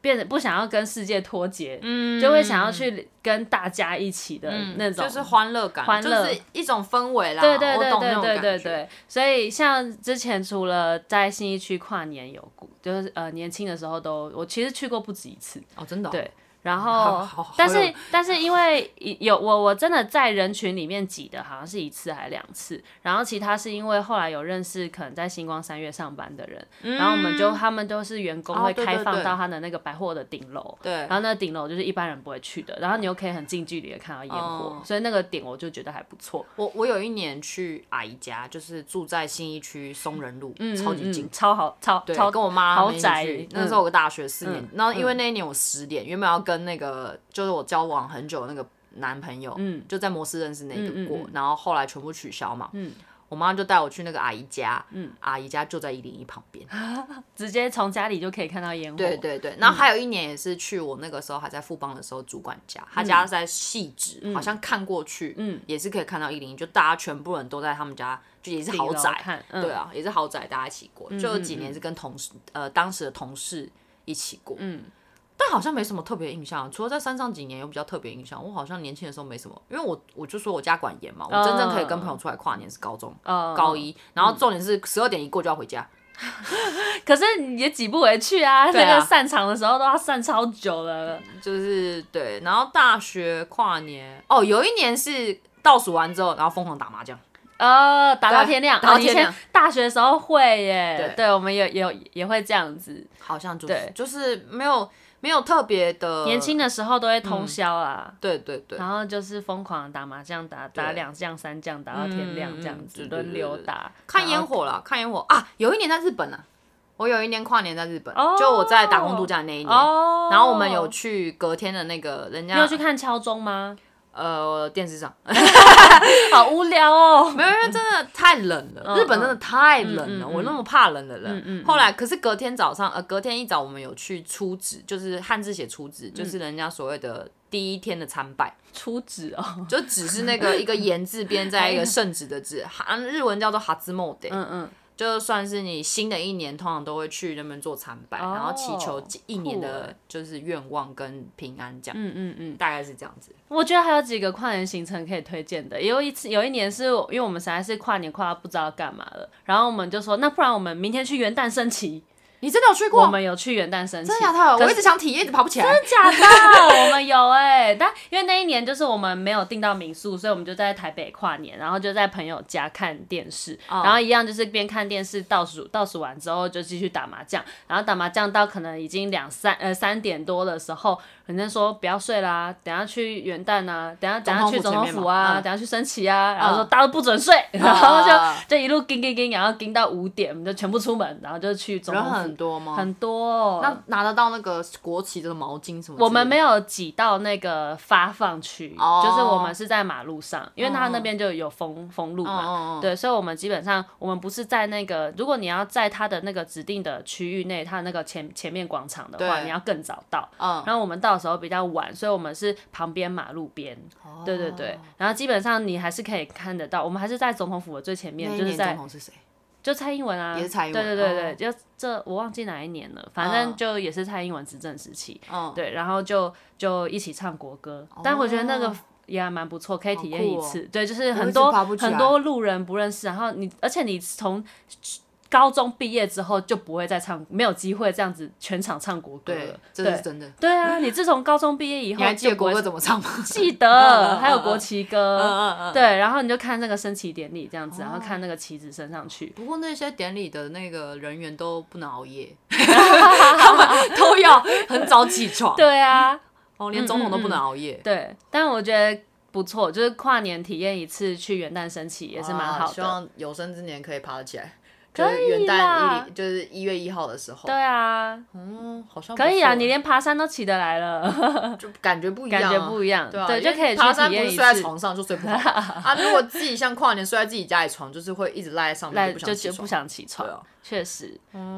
[SPEAKER 2] 变得不想要跟世界脱节，
[SPEAKER 1] 嗯
[SPEAKER 2] 就会想要去跟大家一起的
[SPEAKER 1] 嗯
[SPEAKER 2] 那种，
[SPEAKER 1] 就是欢乐感，
[SPEAKER 2] 欢乐
[SPEAKER 1] 就是一种氛围啦，
[SPEAKER 2] 对对
[SPEAKER 1] 我
[SPEAKER 2] 对
[SPEAKER 1] 懂那
[SPEAKER 2] 对
[SPEAKER 1] 种
[SPEAKER 2] 对对
[SPEAKER 1] 感觉，
[SPEAKER 2] 对，所以像之前除了在信义区跨年有过，就是呃年轻的时候都我其实去过不止一次，
[SPEAKER 1] 哦，真的哦，
[SPEAKER 2] 对然
[SPEAKER 1] 好
[SPEAKER 2] 后
[SPEAKER 1] 好好
[SPEAKER 2] 但
[SPEAKER 1] 有
[SPEAKER 2] 是但是因为有我我真的在人群里面挤的好像是一次还两次，然后其他是因为后来有认识可能在星光三月上班的人，
[SPEAKER 1] 嗯
[SPEAKER 2] 然后我们就他们都是员工
[SPEAKER 1] 哦
[SPEAKER 2] 会
[SPEAKER 1] 对
[SPEAKER 2] 开
[SPEAKER 1] 对
[SPEAKER 2] 放
[SPEAKER 1] 对
[SPEAKER 2] 到他的那个百货的顶楼，
[SPEAKER 1] 对
[SPEAKER 2] 然，后那个顶楼就是一般人不会去的，然后你又可以很近距离的看到烟火
[SPEAKER 1] 哦，
[SPEAKER 2] 所以那个点我就觉得还不错。
[SPEAKER 1] 我我有一年去阿姨家，就是住在信义区松仁路，超级近
[SPEAKER 2] 嗯，超好，超
[SPEAKER 1] 对，
[SPEAKER 2] 超
[SPEAKER 1] 跟我妈
[SPEAKER 2] 豪
[SPEAKER 1] 他们一起
[SPEAKER 2] 宅
[SPEAKER 1] 去
[SPEAKER 2] 嗯
[SPEAKER 1] 那时候我大学四年
[SPEAKER 2] 嗯，
[SPEAKER 1] 然后因为那一年我失恋，原本要跟那个就是我交往很久的那个男朋友，
[SPEAKER 2] 嗯
[SPEAKER 1] 就在摩斯认识那
[SPEAKER 2] 嗯嗯
[SPEAKER 1] 个过
[SPEAKER 2] 嗯，
[SPEAKER 1] 然后后来全部取消嘛，
[SPEAKER 2] 嗯
[SPEAKER 1] 我妈就带我去那个阿姨家，
[SPEAKER 2] 嗯
[SPEAKER 1] 阿姨家就在一零一旁边，
[SPEAKER 2] 直接从家里就可以看到烟火。
[SPEAKER 1] 对对对，然后还有一年也是去我那个时候还在富邦的时候，主管家，他家在细致，好像看过去，
[SPEAKER 2] 嗯
[SPEAKER 1] 也是可以看到一零一，就大家全部人都在他们家，就也是
[SPEAKER 2] 顶楼
[SPEAKER 1] 豪宅，
[SPEAKER 2] 看，嗯
[SPEAKER 1] 对啊，也是豪宅，大家一起过，就有几年是跟同事，呃，当时的同事一起过，
[SPEAKER 2] 嗯，
[SPEAKER 1] 但好像没什么特别印象，啊除了在山上几年有比较特别印象，我好像年轻的时候没什么，因为我我就说我家管严嘛，我真正可以跟朋
[SPEAKER 2] 嗯
[SPEAKER 1] 友出来跨年是高中。
[SPEAKER 2] 呃
[SPEAKER 1] 高。一，然后重点是十二点一过就要回家，
[SPEAKER 2] 可是你也挤不回去啊！
[SPEAKER 1] 对
[SPEAKER 2] 那
[SPEAKER 1] 啊嗯
[SPEAKER 2] 个散场的时候都要散超久了。
[SPEAKER 1] 就是对。然后大学跨年，哦，有一年是倒数完之后，然后疯狂打麻将。
[SPEAKER 2] 呃，打到
[SPEAKER 1] 对
[SPEAKER 2] 天亮。
[SPEAKER 1] 打到
[SPEAKER 2] 哦你
[SPEAKER 1] 天
[SPEAKER 2] 以前
[SPEAKER 1] 亮
[SPEAKER 2] 大学的时候会耶
[SPEAKER 1] 对，呃
[SPEAKER 2] 对，我们也也也会这样子。
[SPEAKER 1] 好像就是
[SPEAKER 2] 对
[SPEAKER 1] 就是没有没有特别的
[SPEAKER 2] 年轻，的时候都会通宵啦，
[SPEAKER 1] 对对对，
[SPEAKER 2] 然后就是疯狂地打麻将，打打两将三将，打到天亮这样
[SPEAKER 1] 嗯
[SPEAKER 2] 子，
[SPEAKER 1] 嗯嗯
[SPEAKER 2] 轮流打。
[SPEAKER 1] 看烟火啦，看烟火啊！有一年在日本啊，我有一年跨年在日本，
[SPEAKER 2] 哦
[SPEAKER 1] 就我在打工度假那一年，
[SPEAKER 2] 然后哦，
[SPEAKER 1] 然后我们有，去隔天的那个人
[SPEAKER 2] 你
[SPEAKER 1] 家
[SPEAKER 2] 有去看敲 钟吗？
[SPEAKER 1] 呃电视上，
[SPEAKER 2] 好无聊哦。
[SPEAKER 1] 没有，因为真的太冷了，
[SPEAKER 2] 嗯
[SPEAKER 1] 日本真的太冷了，
[SPEAKER 2] 嗯嗯嗯
[SPEAKER 1] 我那么怕冷的人。
[SPEAKER 2] 嗯嗯嗯
[SPEAKER 1] 后来，可是隔天早上，呃，隔天一早我们有去初子，就是汉字写初子，就是
[SPEAKER 2] 嗯
[SPEAKER 1] 人家所谓的第一天的参拜，
[SPEAKER 2] 出纸哦，
[SPEAKER 1] 就只是那个一 个言字边在
[SPEAKER 2] 哎
[SPEAKER 1] 一个圣旨的字，韩日文叫做哈兹莫德，
[SPEAKER 2] 嗯嗯，
[SPEAKER 1] 就算是你新的一年，通常都会去那边做参拜，
[SPEAKER 2] 哦
[SPEAKER 1] 然后祈求一年
[SPEAKER 2] 酷
[SPEAKER 1] 的就是愿望跟平安这样，
[SPEAKER 2] 嗯嗯嗯，
[SPEAKER 1] 大概是这样子。
[SPEAKER 2] 我觉得还有几个跨年行程可以推荐的。也有一次，有一年是我因为我们实在是跨年跨到不知道干嘛了，然后我们就说，那不然我们明天去元旦升旗。
[SPEAKER 1] 你真的有去
[SPEAKER 2] 我
[SPEAKER 1] 过？
[SPEAKER 2] 们有去元旦升旗，
[SPEAKER 1] 真的假的？
[SPEAKER 2] 可
[SPEAKER 1] 我
[SPEAKER 2] 是
[SPEAKER 1] 一直想体验，一直爬不起来。
[SPEAKER 2] 假的，我们有哎、但因为那一年就是我们没有订到民宿，所以我们就在台北跨年，然后就在朋友家看电视，
[SPEAKER 1] 哦
[SPEAKER 2] 然后一样就是边看电视倒数，倒数完之后就继续打麻将，然后打麻将到可能已经两三呃三点多的时候，人家说不要睡啦，等下去元旦啊，等下等下去总统府啊，
[SPEAKER 1] 总统府前面嘛嗯
[SPEAKER 2] 等下去升旗啊，然后说大家都不准睡，然后
[SPEAKER 1] 啊
[SPEAKER 2] 就就一路盯盯盯，然后盯到五点，我们就全部出门，然后就去 总
[SPEAKER 1] 人
[SPEAKER 2] 统
[SPEAKER 1] 很
[SPEAKER 2] 府，
[SPEAKER 1] 多吗？
[SPEAKER 2] 很多哦、
[SPEAKER 1] 那拿得到那个国旗的毛巾什么之类的？
[SPEAKER 2] 我们没有挤到那个发放区，
[SPEAKER 1] 哦
[SPEAKER 2] 就是我们是在马路上，因为它那边就有封封路嘛。
[SPEAKER 1] 嗯，嗯嗯
[SPEAKER 2] 对，所以，我们基本上，我们不是在那个，如果你要在它的那个指定的区域内，它那个前前面广场的话，
[SPEAKER 1] 对
[SPEAKER 2] 你要更早到。
[SPEAKER 1] 嗯，
[SPEAKER 2] 然后我们到的时候比较晚，所以我们是旁边马路边。
[SPEAKER 1] 哦
[SPEAKER 2] 对对对，然后基本上你还是可以看得到，我们还是在总统府的最前
[SPEAKER 1] 那
[SPEAKER 2] 面，
[SPEAKER 1] 一
[SPEAKER 2] 就是
[SPEAKER 1] 年
[SPEAKER 2] 在
[SPEAKER 1] 总统是谁？
[SPEAKER 2] 就蔡英文啊，
[SPEAKER 1] 也是蔡英文
[SPEAKER 2] 对对对
[SPEAKER 1] 哦
[SPEAKER 2] 对，就这我忘记哪一年了，反正就也是蔡英文执政时期。
[SPEAKER 1] 嗯，
[SPEAKER 2] 对，然后就就一起唱国歌，但我觉得那个也还蛮不错，可以体验
[SPEAKER 1] 哦好
[SPEAKER 2] 一
[SPEAKER 1] 酷哦
[SPEAKER 2] 次。对，就是
[SPEAKER 1] 我一
[SPEAKER 2] 很
[SPEAKER 1] 直
[SPEAKER 2] 多
[SPEAKER 1] 爬不起
[SPEAKER 2] 很
[SPEAKER 1] 来
[SPEAKER 2] 多路人不认识，然后你，而且你从高中毕业之后就不会再唱，没有机会这样子全场唱国歌
[SPEAKER 1] 对
[SPEAKER 2] 了。，
[SPEAKER 1] 这是
[SPEAKER 2] 对，
[SPEAKER 1] 真的。
[SPEAKER 2] 对啊，你自从高中毕业以
[SPEAKER 1] 你
[SPEAKER 2] 后，
[SPEAKER 1] 还记得国歌
[SPEAKER 2] 歌？
[SPEAKER 1] 怎么唱吗？
[SPEAKER 2] 记
[SPEAKER 1] 嗯
[SPEAKER 2] 得，
[SPEAKER 1] 嗯
[SPEAKER 2] 还有
[SPEAKER 1] 嗯
[SPEAKER 2] 国
[SPEAKER 1] 嗯
[SPEAKER 2] 旗
[SPEAKER 1] 嗯
[SPEAKER 2] 歌。
[SPEAKER 1] 嗯嗯。哦
[SPEAKER 2] 对，然后你就看那个升旗典礼这样子，然后看那个旗子升上去。
[SPEAKER 1] 不过那些典礼的那个人员都不能熬 夜，他们都要很早起床。
[SPEAKER 2] 对啊，
[SPEAKER 1] 哦，连总统都不能熬夜，
[SPEAKER 2] 对，但我觉得不错，就是跨年体验一次去元旦升旗也是蛮
[SPEAKER 1] 啊
[SPEAKER 2] 好
[SPEAKER 1] 希
[SPEAKER 2] 的。
[SPEAKER 1] 望有生之年可以爬得起来，就
[SPEAKER 2] 可
[SPEAKER 1] 是元
[SPEAKER 2] 以啦
[SPEAKER 1] 旦一就是一月一号的时候
[SPEAKER 2] 对。啊，
[SPEAKER 1] 嗯，好像不
[SPEAKER 2] 可以啊，
[SPEAKER 1] 错
[SPEAKER 2] 你连爬山都起得来了，
[SPEAKER 1] 就感觉不一样
[SPEAKER 2] 感
[SPEAKER 1] 啊，
[SPEAKER 2] 觉不一样，
[SPEAKER 1] 对啊，
[SPEAKER 2] 对，
[SPEAKER 1] 因为
[SPEAKER 2] 就可以
[SPEAKER 1] 爬
[SPEAKER 2] 去
[SPEAKER 1] 山
[SPEAKER 2] 体
[SPEAKER 1] 不
[SPEAKER 2] 验
[SPEAKER 1] 是
[SPEAKER 2] 一
[SPEAKER 1] 睡在
[SPEAKER 2] 次。
[SPEAKER 1] 床上就睡不 好啊。如果自己像跨年睡在自己家里床，就是会一直赖在上
[SPEAKER 2] 来
[SPEAKER 1] 面，
[SPEAKER 2] 就觉
[SPEAKER 1] 就
[SPEAKER 2] 得不
[SPEAKER 1] 不想起
[SPEAKER 2] 想起
[SPEAKER 1] 床。
[SPEAKER 2] 床
[SPEAKER 1] 对，啊嗯
[SPEAKER 2] 确实，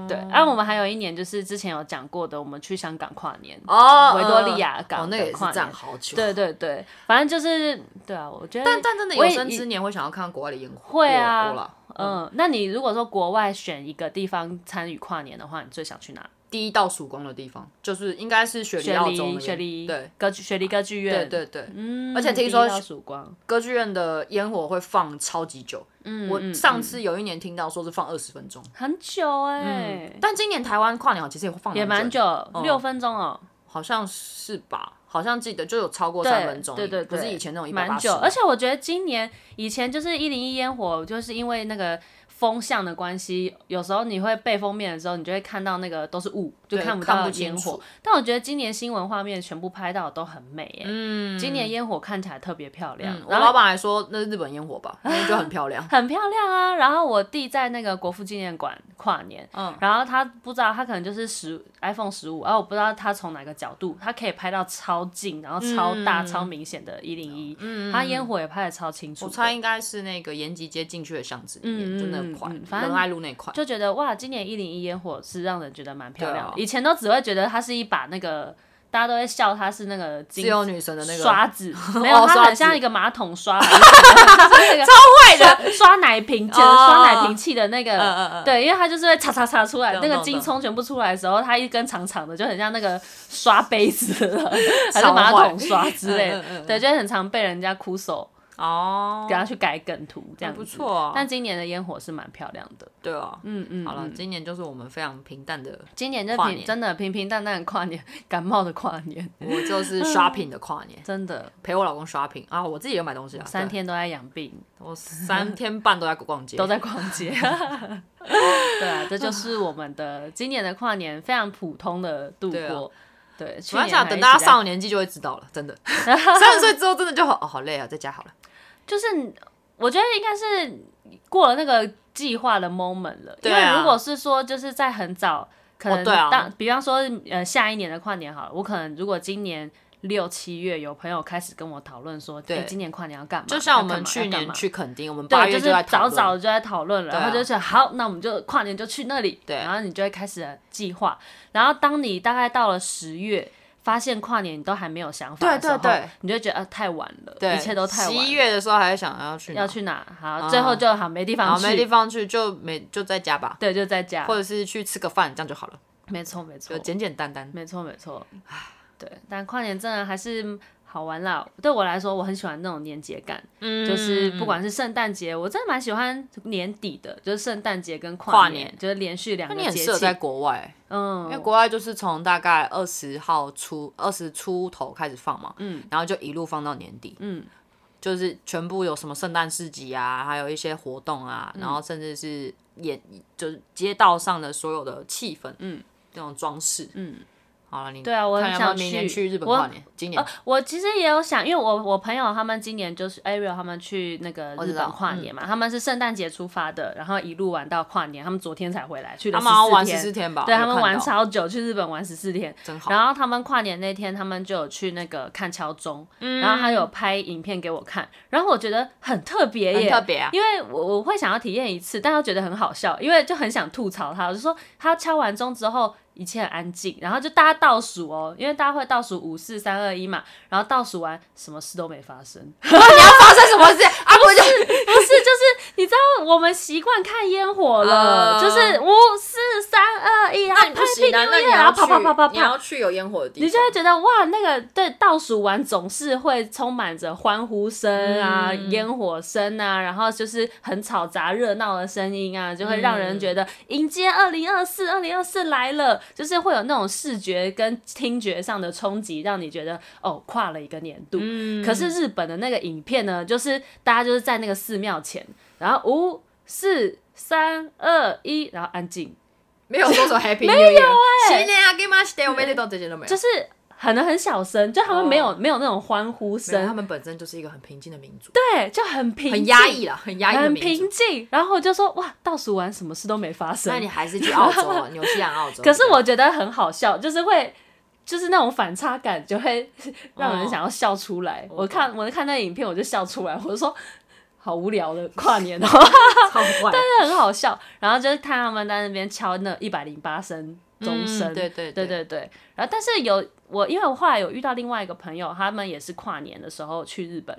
[SPEAKER 2] 对。然后我们还有一年就是之前有讲过的，我们去香港跨年，
[SPEAKER 1] 哦
[SPEAKER 2] 维多利亚
[SPEAKER 1] 嗯
[SPEAKER 2] 港
[SPEAKER 1] 哦，那
[SPEAKER 2] 的
[SPEAKER 1] 个也是
[SPEAKER 2] 跨
[SPEAKER 1] 站
[SPEAKER 2] 年
[SPEAKER 1] 好久。，
[SPEAKER 2] 对对对，反正就是对啊，我觉得。
[SPEAKER 1] 但 但真的
[SPEAKER 2] 我
[SPEAKER 1] 有
[SPEAKER 2] 也
[SPEAKER 1] 生
[SPEAKER 2] 以
[SPEAKER 1] 之年会想要看国外的烟火，
[SPEAKER 2] 会啊
[SPEAKER 1] 火啦
[SPEAKER 2] 嗯，那你如果说国外选一个地方参与跨年的话，你最想去哪？
[SPEAKER 1] 第一道曙光的地方就是应该是雪梨
[SPEAKER 2] 雪
[SPEAKER 1] 澳洲那
[SPEAKER 2] 梨，
[SPEAKER 1] 边
[SPEAKER 2] 雪梨
[SPEAKER 1] 对
[SPEAKER 2] 歌剧，雪梨歌剧
[SPEAKER 1] 对
[SPEAKER 2] 院，
[SPEAKER 1] 对对，
[SPEAKER 2] 嗯
[SPEAKER 1] 而且听说
[SPEAKER 2] 第一道曙光，
[SPEAKER 1] 歌剧院的烟火会放超级久。
[SPEAKER 2] 嗯
[SPEAKER 1] 我
[SPEAKER 2] 嗯
[SPEAKER 1] 上
[SPEAKER 2] 嗯
[SPEAKER 1] 次有一年听到说是放二十分钟，
[SPEAKER 2] 很久哎、
[SPEAKER 1] 但今年台湾跨年好像其实也会放
[SPEAKER 2] 也蛮
[SPEAKER 1] 久。嗯
[SPEAKER 2] 久，六、分钟哦，
[SPEAKER 1] 好像是吧？好像记得就有超过三分钟，
[SPEAKER 2] 对对
[SPEAKER 1] 不
[SPEAKER 2] 对，
[SPEAKER 1] 是以前那种一百
[SPEAKER 2] 蛮
[SPEAKER 1] 八十
[SPEAKER 2] 久。，而且我觉得今年以前就是一零一烟火，就是因为那个风向的关系，有时候你会背封面的时候，你就会看到那个都是雾，就
[SPEAKER 1] 对
[SPEAKER 2] 看
[SPEAKER 1] 看
[SPEAKER 2] 到
[SPEAKER 1] 不清
[SPEAKER 2] 烟火
[SPEAKER 1] 楚。
[SPEAKER 2] 但我觉得今年新闻画面全部拍到的都很美哎、
[SPEAKER 1] 嗯，
[SPEAKER 2] 今年烟火看起来特别漂亮，
[SPEAKER 1] 嗯我
[SPEAKER 2] 然后。
[SPEAKER 1] 老板还说那是日本烟火 吧，那就很漂亮
[SPEAKER 2] 很漂亮啊。然后我弟在那个国父纪念馆跨年，
[SPEAKER 1] 嗯
[SPEAKER 2] 然后他不知道他可能就是十 iPhone 十五，然后我不知道他从哪个角度，他可以拍到超近，然后超大、
[SPEAKER 1] 嗯
[SPEAKER 2] 超明显的一零一，他烟火也拍的超清楚
[SPEAKER 1] 我
[SPEAKER 2] 的，
[SPEAKER 1] 猜应该是那个延吉街进去的巷子里面，
[SPEAKER 2] 嗯
[SPEAKER 1] 就那块
[SPEAKER 2] 嗯嗯嗯，反正
[SPEAKER 1] 仁爱路那块。
[SPEAKER 2] 就觉得哇，今年一零一烟火是让人觉得蛮漂亮的。
[SPEAKER 1] 对啊
[SPEAKER 2] 以前都只会觉得它是一把那个。大家都会笑它是那个
[SPEAKER 1] 自
[SPEAKER 2] 金
[SPEAKER 1] 由女神的那个
[SPEAKER 2] 刷 子，没有，
[SPEAKER 1] 哦
[SPEAKER 2] 它
[SPEAKER 1] 刷
[SPEAKER 2] 很
[SPEAKER 1] 子
[SPEAKER 2] 像一个马 桶刷，就是那个
[SPEAKER 1] 坏的，
[SPEAKER 2] 刷刷奶瓶，简直
[SPEAKER 1] 哦
[SPEAKER 2] 刷奶瓶器的那个，
[SPEAKER 1] 嗯嗯嗯
[SPEAKER 2] 对，因为它就是会擦擦擦出来，
[SPEAKER 1] 懂
[SPEAKER 2] 那个
[SPEAKER 1] 懂
[SPEAKER 2] 金
[SPEAKER 1] 懂
[SPEAKER 2] 葱全部出来的时候，它一根长长的，就很像那个刷杯子的还是
[SPEAKER 1] 超
[SPEAKER 2] 马
[SPEAKER 1] 坏
[SPEAKER 2] 桶刷之类
[SPEAKER 1] 嗯
[SPEAKER 2] 的，
[SPEAKER 1] 嗯嗯嗯
[SPEAKER 2] 对，就很常被人家哭手。
[SPEAKER 1] 哦，
[SPEAKER 2] 给他去改梗图这样子。
[SPEAKER 1] 不错啊
[SPEAKER 2] 但今年的烟火是蛮漂亮的。
[SPEAKER 1] 对啊，
[SPEAKER 2] 嗯嗯，
[SPEAKER 1] 好了，
[SPEAKER 2] 嗯，
[SPEAKER 1] 今年就是我们非常平淡的，
[SPEAKER 2] 今年就
[SPEAKER 1] 跨
[SPEAKER 2] 平
[SPEAKER 1] 年
[SPEAKER 2] 真的平平淡淡的跨年， 感冒的跨年，
[SPEAKER 1] 我 就是刷屏的跨年，
[SPEAKER 2] 真的
[SPEAKER 1] 陪我老公刷屏啊，我自己有买东西啊，
[SPEAKER 2] 三
[SPEAKER 1] 对，
[SPEAKER 2] 天都在养病，
[SPEAKER 1] 我 三天半都在逛街，
[SPEAKER 2] 都在逛街。 对啊，这就是我们的今年的跨年非常普通的度
[SPEAKER 1] 对啊
[SPEAKER 2] 过。对，去
[SPEAKER 1] 我在
[SPEAKER 2] 年
[SPEAKER 1] 想，
[SPEAKER 2] 还
[SPEAKER 1] 啊等
[SPEAKER 2] 一
[SPEAKER 1] 大家
[SPEAKER 2] 直在
[SPEAKER 1] 上了年纪就会知道了， 真的。三十岁之后真的就好、哦、好累啊，在家好了。
[SPEAKER 2] 就是我觉得应该是过了那个计划的 moment 了，
[SPEAKER 1] 对
[SPEAKER 2] 因
[SPEAKER 1] 啊
[SPEAKER 2] 为如果是说就是在很早，可能
[SPEAKER 1] 哦对啊
[SPEAKER 2] 当、比方说呃下一年的跨年好了，我可能如果今年。六七月有朋友开始跟我讨论说，
[SPEAKER 1] 对
[SPEAKER 2] 哎今年跨年要干嘛？
[SPEAKER 1] 就像我
[SPEAKER 2] 要干
[SPEAKER 1] 们
[SPEAKER 2] 嘛
[SPEAKER 1] 去
[SPEAKER 2] 要干
[SPEAKER 1] 年
[SPEAKER 2] 嘛
[SPEAKER 1] 去垦丁，我们八月
[SPEAKER 2] 对，就是
[SPEAKER 1] 在讨
[SPEAKER 2] 早
[SPEAKER 1] 论，
[SPEAKER 2] 早就在讨论了，
[SPEAKER 1] 对啊
[SPEAKER 2] 然后就想好，那我们就跨年就去那里，
[SPEAKER 1] 对
[SPEAKER 2] 然后你就会开始计划。然后当你大概到了十月，发现跨年你都还没有想法的时
[SPEAKER 1] 对
[SPEAKER 2] 候，
[SPEAKER 1] 对对
[SPEAKER 2] 你就会觉得啊太晚了，
[SPEAKER 1] 对，
[SPEAKER 2] 一切都太晚
[SPEAKER 1] 十
[SPEAKER 2] 了。
[SPEAKER 1] 一月的时候还想要去哪，
[SPEAKER 2] 要去哪？好，最后就好没地
[SPEAKER 1] 然
[SPEAKER 2] 方
[SPEAKER 1] 后
[SPEAKER 2] 去，
[SPEAKER 1] 没地方去，啊就没就在家吧，
[SPEAKER 2] 对，就在家
[SPEAKER 1] 或。者是去吃个饭，这样就好了，
[SPEAKER 2] 没错，没错
[SPEAKER 1] 就，简简单单。
[SPEAKER 2] 没错，没错。对，但跨年真的还是好玩啦。对我来说，我很喜欢那种年节感，
[SPEAKER 1] 嗯
[SPEAKER 2] 就是不管是圣诞节，我真的蛮喜欢年底的，就是圣诞节跟
[SPEAKER 1] 跨
[SPEAKER 2] 年，
[SPEAKER 1] 年
[SPEAKER 2] 就是连续两
[SPEAKER 1] 那
[SPEAKER 2] 个
[SPEAKER 1] 你很
[SPEAKER 2] 节
[SPEAKER 1] 适合在
[SPEAKER 2] 气。
[SPEAKER 1] 国外，因为
[SPEAKER 2] 嗯，
[SPEAKER 1] 国外就是从大概二十号出二十出头开始放嘛，嗯，然后就一路放到年底，嗯，就是全部有什么圣诞市集啊，还有一些活动啊，然后甚至是演就是街道上的所有的气氛，嗯，那种装饰，嗯，好了，你
[SPEAKER 2] 对啊我很
[SPEAKER 1] 看有没有
[SPEAKER 2] 想
[SPEAKER 1] 明年
[SPEAKER 2] 去
[SPEAKER 1] 去日哦本
[SPEAKER 2] 我
[SPEAKER 1] 跨年，今年
[SPEAKER 2] 呃，我其实也有想，因为我我朋友他们今年就是 Ariel 他们去那个
[SPEAKER 1] 我
[SPEAKER 2] 日
[SPEAKER 1] 知道嗯
[SPEAKER 2] 本跨年嘛，他们是圣诞节出发的，然后一路玩到跨年，他们昨天才回来，去了
[SPEAKER 1] 他们好像玩十
[SPEAKER 2] 天
[SPEAKER 1] 四，天吧，
[SPEAKER 2] 对
[SPEAKER 1] 我
[SPEAKER 2] 他们
[SPEAKER 1] 看
[SPEAKER 2] 玩
[SPEAKER 1] 到
[SPEAKER 2] 超久，去日本玩十四天，
[SPEAKER 1] 真好，
[SPEAKER 2] 然后他们跨年那天，他们就有去那个看敲钟，
[SPEAKER 1] 嗯
[SPEAKER 2] 然后他有拍影片给我看，然后我觉得很特别
[SPEAKER 1] 很
[SPEAKER 2] 耶，
[SPEAKER 1] 特别啊，
[SPEAKER 2] 因为我我会想要体验一次，但又觉得很好笑，因为就很想吐槽他，我就说他敲完钟之后一切很安静，然后就大家倒数哦，因为大家会倒数五四三二一嘛，然后倒数完什么事都没发生，
[SPEAKER 1] 发生什么 事啊？不就
[SPEAKER 2] 不是就是你知道我们习惯看烟火了，
[SPEAKER 1] 呃
[SPEAKER 2] 就是五四三二一，
[SPEAKER 1] 那你不行啊，那你
[SPEAKER 2] 然
[SPEAKER 1] 要
[SPEAKER 2] 后
[SPEAKER 1] 去
[SPEAKER 2] 啪啪啪啪
[SPEAKER 1] 你
[SPEAKER 2] 啪。
[SPEAKER 1] 要去有烟火的地方，
[SPEAKER 2] 你就会觉得哇，那个对倒数完总是会充满着欢呼声啊、烟、火声啊，然后就是很吵杂热闹的声音啊，就会让人觉得迎接二零二四，二零二四来了，就是会有那种视觉跟听觉上的冲击，让你觉得哦，跨了一个年度。可是日本的那个影片呢，就是大家就是在那个寺庙前，然后五四三二一，然后安静。
[SPEAKER 1] 没有 说什么 Happy New Year，没有哎、新年啊，Give us day，我们到这些都没有。
[SPEAKER 2] 就是可能很小声，就他们没有、没有那种欢呼
[SPEAKER 1] 没有
[SPEAKER 2] 声
[SPEAKER 1] 他，们本身就是一个很平静的民族，
[SPEAKER 2] 对，就很平
[SPEAKER 1] 很
[SPEAKER 2] 静
[SPEAKER 1] 压，抑啦，很压抑的
[SPEAKER 2] 很
[SPEAKER 1] 民族。
[SPEAKER 2] 平静。然后我就说哇，倒数完什么事都没发
[SPEAKER 1] 那
[SPEAKER 2] 生
[SPEAKER 1] 你。还是去澳洲 啊，纽西兰、澳洲。
[SPEAKER 2] 可是我觉得很好笑，就是会。就是那种反差感，就会让人想要笑出来。
[SPEAKER 1] 哦
[SPEAKER 2] 我看我看那影片，我就笑出来。我就说，好无聊的跨年哦、
[SPEAKER 1] 超坏，
[SPEAKER 2] 真的很好笑。然后就是看他们在那边敲那一百零八声钟
[SPEAKER 1] 嗯
[SPEAKER 2] 声、
[SPEAKER 1] 对对
[SPEAKER 2] 对对对，然后但是有我，因为我后来有遇到另外一个朋友，他们也是跨年的时候去日本，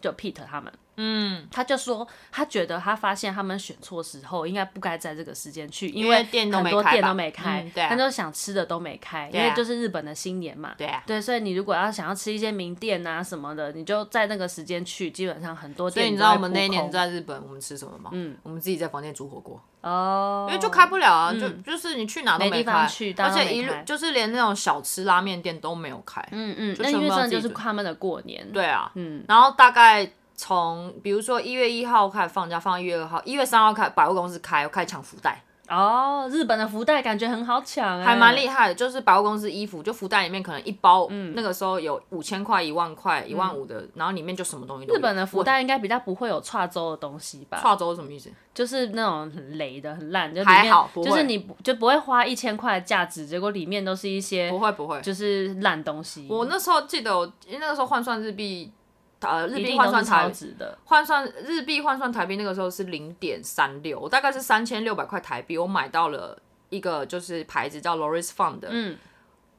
[SPEAKER 2] 就 Peter 他们，嗯，他就说他觉得他发现他们选错时候，应该不该在这个时间去，
[SPEAKER 1] 因为
[SPEAKER 2] 为
[SPEAKER 1] 店都
[SPEAKER 2] 很
[SPEAKER 1] 没
[SPEAKER 2] 多
[SPEAKER 1] 开
[SPEAKER 2] 店
[SPEAKER 1] 吧
[SPEAKER 2] 都没开，
[SPEAKER 1] 嗯对啊
[SPEAKER 2] 他就想吃的都没开，因
[SPEAKER 1] 啊
[SPEAKER 2] 为就是日本的新年嘛。
[SPEAKER 1] 对啊。
[SPEAKER 2] 对，所以你如果要想要吃一些名店啊什么的，你就在那个时间去，基本上很多
[SPEAKER 1] 所
[SPEAKER 2] 店
[SPEAKER 1] 以你知
[SPEAKER 2] 都
[SPEAKER 1] 道
[SPEAKER 2] 会
[SPEAKER 1] 我们
[SPEAKER 2] 扑
[SPEAKER 1] 那一年
[SPEAKER 2] 空
[SPEAKER 1] 啊在日本，我们吃什么吗？嗯，我们自己在房间煮火锅，
[SPEAKER 2] 哦，
[SPEAKER 1] 因为就开不了啊，就就是你去哪都
[SPEAKER 2] 没地
[SPEAKER 1] 开，
[SPEAKER 2] 方去大
[SPEAKER 1] 而
[SPEAKER 2] 家都
[SPEAKER 1] 且一
[SPEAKER 2] 没
[SPEAKER 1] 路
[SPEAKER 2] 开
[SPEAKER 1] 就是连那种小吃拉面店都没有开。
[SPEAKER 2] 嗯嗯，
[SPEAKER 1] 就
[SPEAKER 2] 那
[SPEAKER 1] 全
[SPEAKER 2] 因为
[SPEAKER 1] 部要
[SPEAKER 2] 真的
[SPEAKER 1] 自
[SPEAKER 2] 就
[SPEAKER 1] 己
[SPEAKER 2] 是
[SPEAKER 1] 准
[SPEAKER 2] 他们的过年，
[SPEAKER 1] 对啊，
[SPEAKER 2] 嗯，
[SPEAKER 1] 然后大概从比如说一月一号开始放假，放一月二号，一月三号开百货公司开，开始抢福袋，
[SPEAKER 2] 哦，日本的福袋感觉很好抢、欸，
[SPEAKER 1] 还蛮厉害的。就是百货公司衣服，就福袋里面可能一包，
[SPEAKER 2] 嗯
[SPEAKER 1] 那个时候有五千块、一万块、一万五的，然后里面就什么东西都有。
[SPEAKER 2] 日本的福袋应该比较不会有串州的东西吧，
[SPEAKER 1] 跨州是什么意思？
[SPEAKER 2] 就是那种很雷的、很烂，就里
[SPEAKER 1] 还
[SPEAKER 2] 面
[SPEAKER 1] 好不
[SPEAKER 2] 就是
[SPEAKER 1] 会
[SPEAKER 2] 你不就不会花一千块的价值，结果里面都是一些
[SPEAKER 1] 不会不会，
[SPEAKER 2] 哎就是烂东西。
[SPEAKER 1] 我那时候记得我，因为那个时候换算日币，呃，日币
[SPEAKER 2] 一定
[SPEAKER 1] 换
[SPEAKER 2] 都
[SPEAKER 1] 算
[SPEAKER 2] 是超
[SPEAKER 1] 台
[SPEAKER 2] 值的，
[SPEAKER 1] 换算日币换算台币，那个时候是零点三六，我大概是三千六百块台币，我买到了一个就是牌子叫 Loris Fund 的，
[SPEAKER 2] 嗯，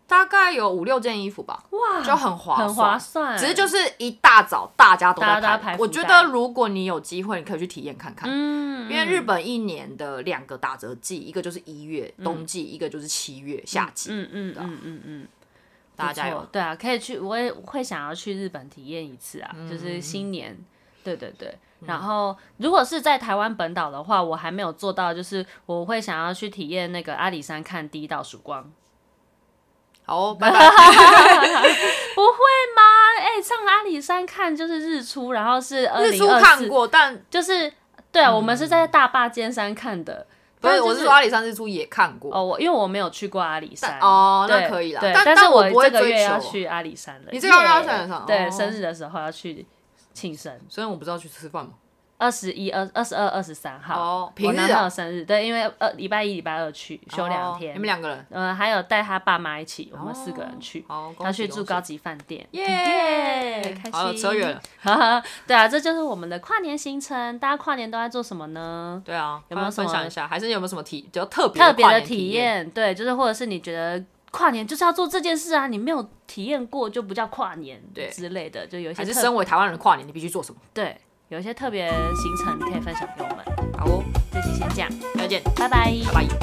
[SPEAKER 1] 大概有五六件衣服吧，
[SPEAKER 2] 哇，
[SPEAKER 1] 就很划
[SPEAKER 2] 很划算，
[SPEAKER 1] 哦只是就是一大早大家都
[SPEAKER 2] 大
[SPEAKER 1] 在
[SPEAKER 2] 家都在排
[SPEAKER 1] 排，
[SPEAKER 2] 福
[SPEAKER 1] 我觉
[SPEAKER 2] 袋
[SPEAKER 1] 得如果你有机会，你可以去体验看看。
[SPEAKER 2] 嗯，
[SPEAKER 1] 因为日本一年的两个打折季，一个就是一月冬季，一个就是七月夏季。
[SPEAKER 2] 嗯嗯嗯嗯嗯，
[SPEAKER 1] 大家加
[SPEAKER 2] 不错
[SPEAKER 1] 油！嗯
[SPEAKER 2] 对啊，可以去，我也会想要去日本体验一次啊，就是新年。对对对。然后，如果是在台湾本岛的话，我还没有做到，就是我会想要去体验那个阿里山看第一道曙光。
[SPEAKER 1] 好 哦，拜拜。
[SPEAKER 2] 不会吗？哎、上阿里山看就是日出，然后是二
[SPEAKER 1] 日
[SPEAKER 2] 零
[SPEAKER 1] 出
[SPEAKER 2] 二
[SPEAKER 1] 看
[SPEAKER 2] 四，
[SPEAKER 1] 过，但
[SPEAKER 2] 就是对啊，我们是在大坝尖山看的。
[SPEAKER 1] 不
[SPEAKER 2] 但
[SPEAKER 1] 是，
[SPEAKER 2] 就
[SPEAKER 1] 我是说阿里山日出也看过。
[SPEAKER 2] 哦，我因为我没有去过阿里山
[SPEAKER 1] 但哦那
[SPEAKER 2] 对
[SPEAKER 1] 可以啦
[SPEAKER 2] 对，
[SPEAKER 1] 但
[SPEAKER 2] 是
[SPEAKER 1] 但我不会
[SPEAKER 2] 这个
[SPEAKER 1] 追
[SPEAKER 2] 月要
[SPEAKER 1] 求
[SPEAKER 2] 去阿里山了。
[SPEAKER 1] 你这个月要
[SPEAKER 2] 耶
[SPEAKER 1] 去阿里山
[SPEAKER 2] 对，
[SPEAKER 1] 哦
[SPEAKER 2] 生日的时候要去庆生，
[SPEAKER 1] 虽然我不知道去吃饭嘛。
[SPEAKER 2] 二十一、二二十二、二十三号。
[SPEAKER 1] 哦，平
[SPEAKER 2] 我
[SPEAKER 1] 日
[SPEAKER 2] 男朋
[SPEAKER 1] 啊
[SPEAKER 2] 友生日，对，因为呃礼拜一、礼拜二去休两天，
[SPEAKER 1] 哦你们两个人，
[SPEAKER 2] 呃还有带他爸妈一起，我们四个人去，
[SPEAKER 1] 好，
[SPEAKER 2] 要
[SPEAKER 1] 哦恭喜
[SPEAKER 2] 去住高，级饭店，
[SPEAKER 1] 耶
[SPEAKER 2] 耶，
[SPEAKER 1] 恭喜
[SPEAKER 2] 开
[SPEAKER 1] 好了，
[SPEAKER 2] 心，
[SPEAKER 1] 扯远了。
[SPEAKER 2] 了， 对啊，这就是我们的跨年行程，大家跨年都在做什么呢？
[SPEAKER 1] 对啊，
[SPEAKER 2] 有没有什么
[SPEAKER 1] 分享一下？还是有没有什么体比较特别
[SPEAKER 2] 特别
[SPEAKER 1] 跨
[SPEAKER 2] 的
[SPEAKER 1] 年
[SPEAKER 2] 体
[SPEAKER 1] 验？
[SPEAKER 2] 验，对，就是或者是你觉得跨年就是要做这件事啊，你没有体验过就不叫跨年，
[SPEAKER 1] 对
[SPEAKER 2] 之类的，就有一些
[SPEAKER 1] 还是
[SPEAKER 2] 特
[SPEAKER 1] 身为台湾人的跨年，你必须做什么？
[SPEAKER 2] 对，有一些特别行程可以分享给我们。
[SPEAKER 1] 好哦，
[SPEAKER 2] 这期先这样，
[SPEAKER 1] 再见，
[SPEAKER 2] 拜拜。
[SPEAKER 1] 拜拜。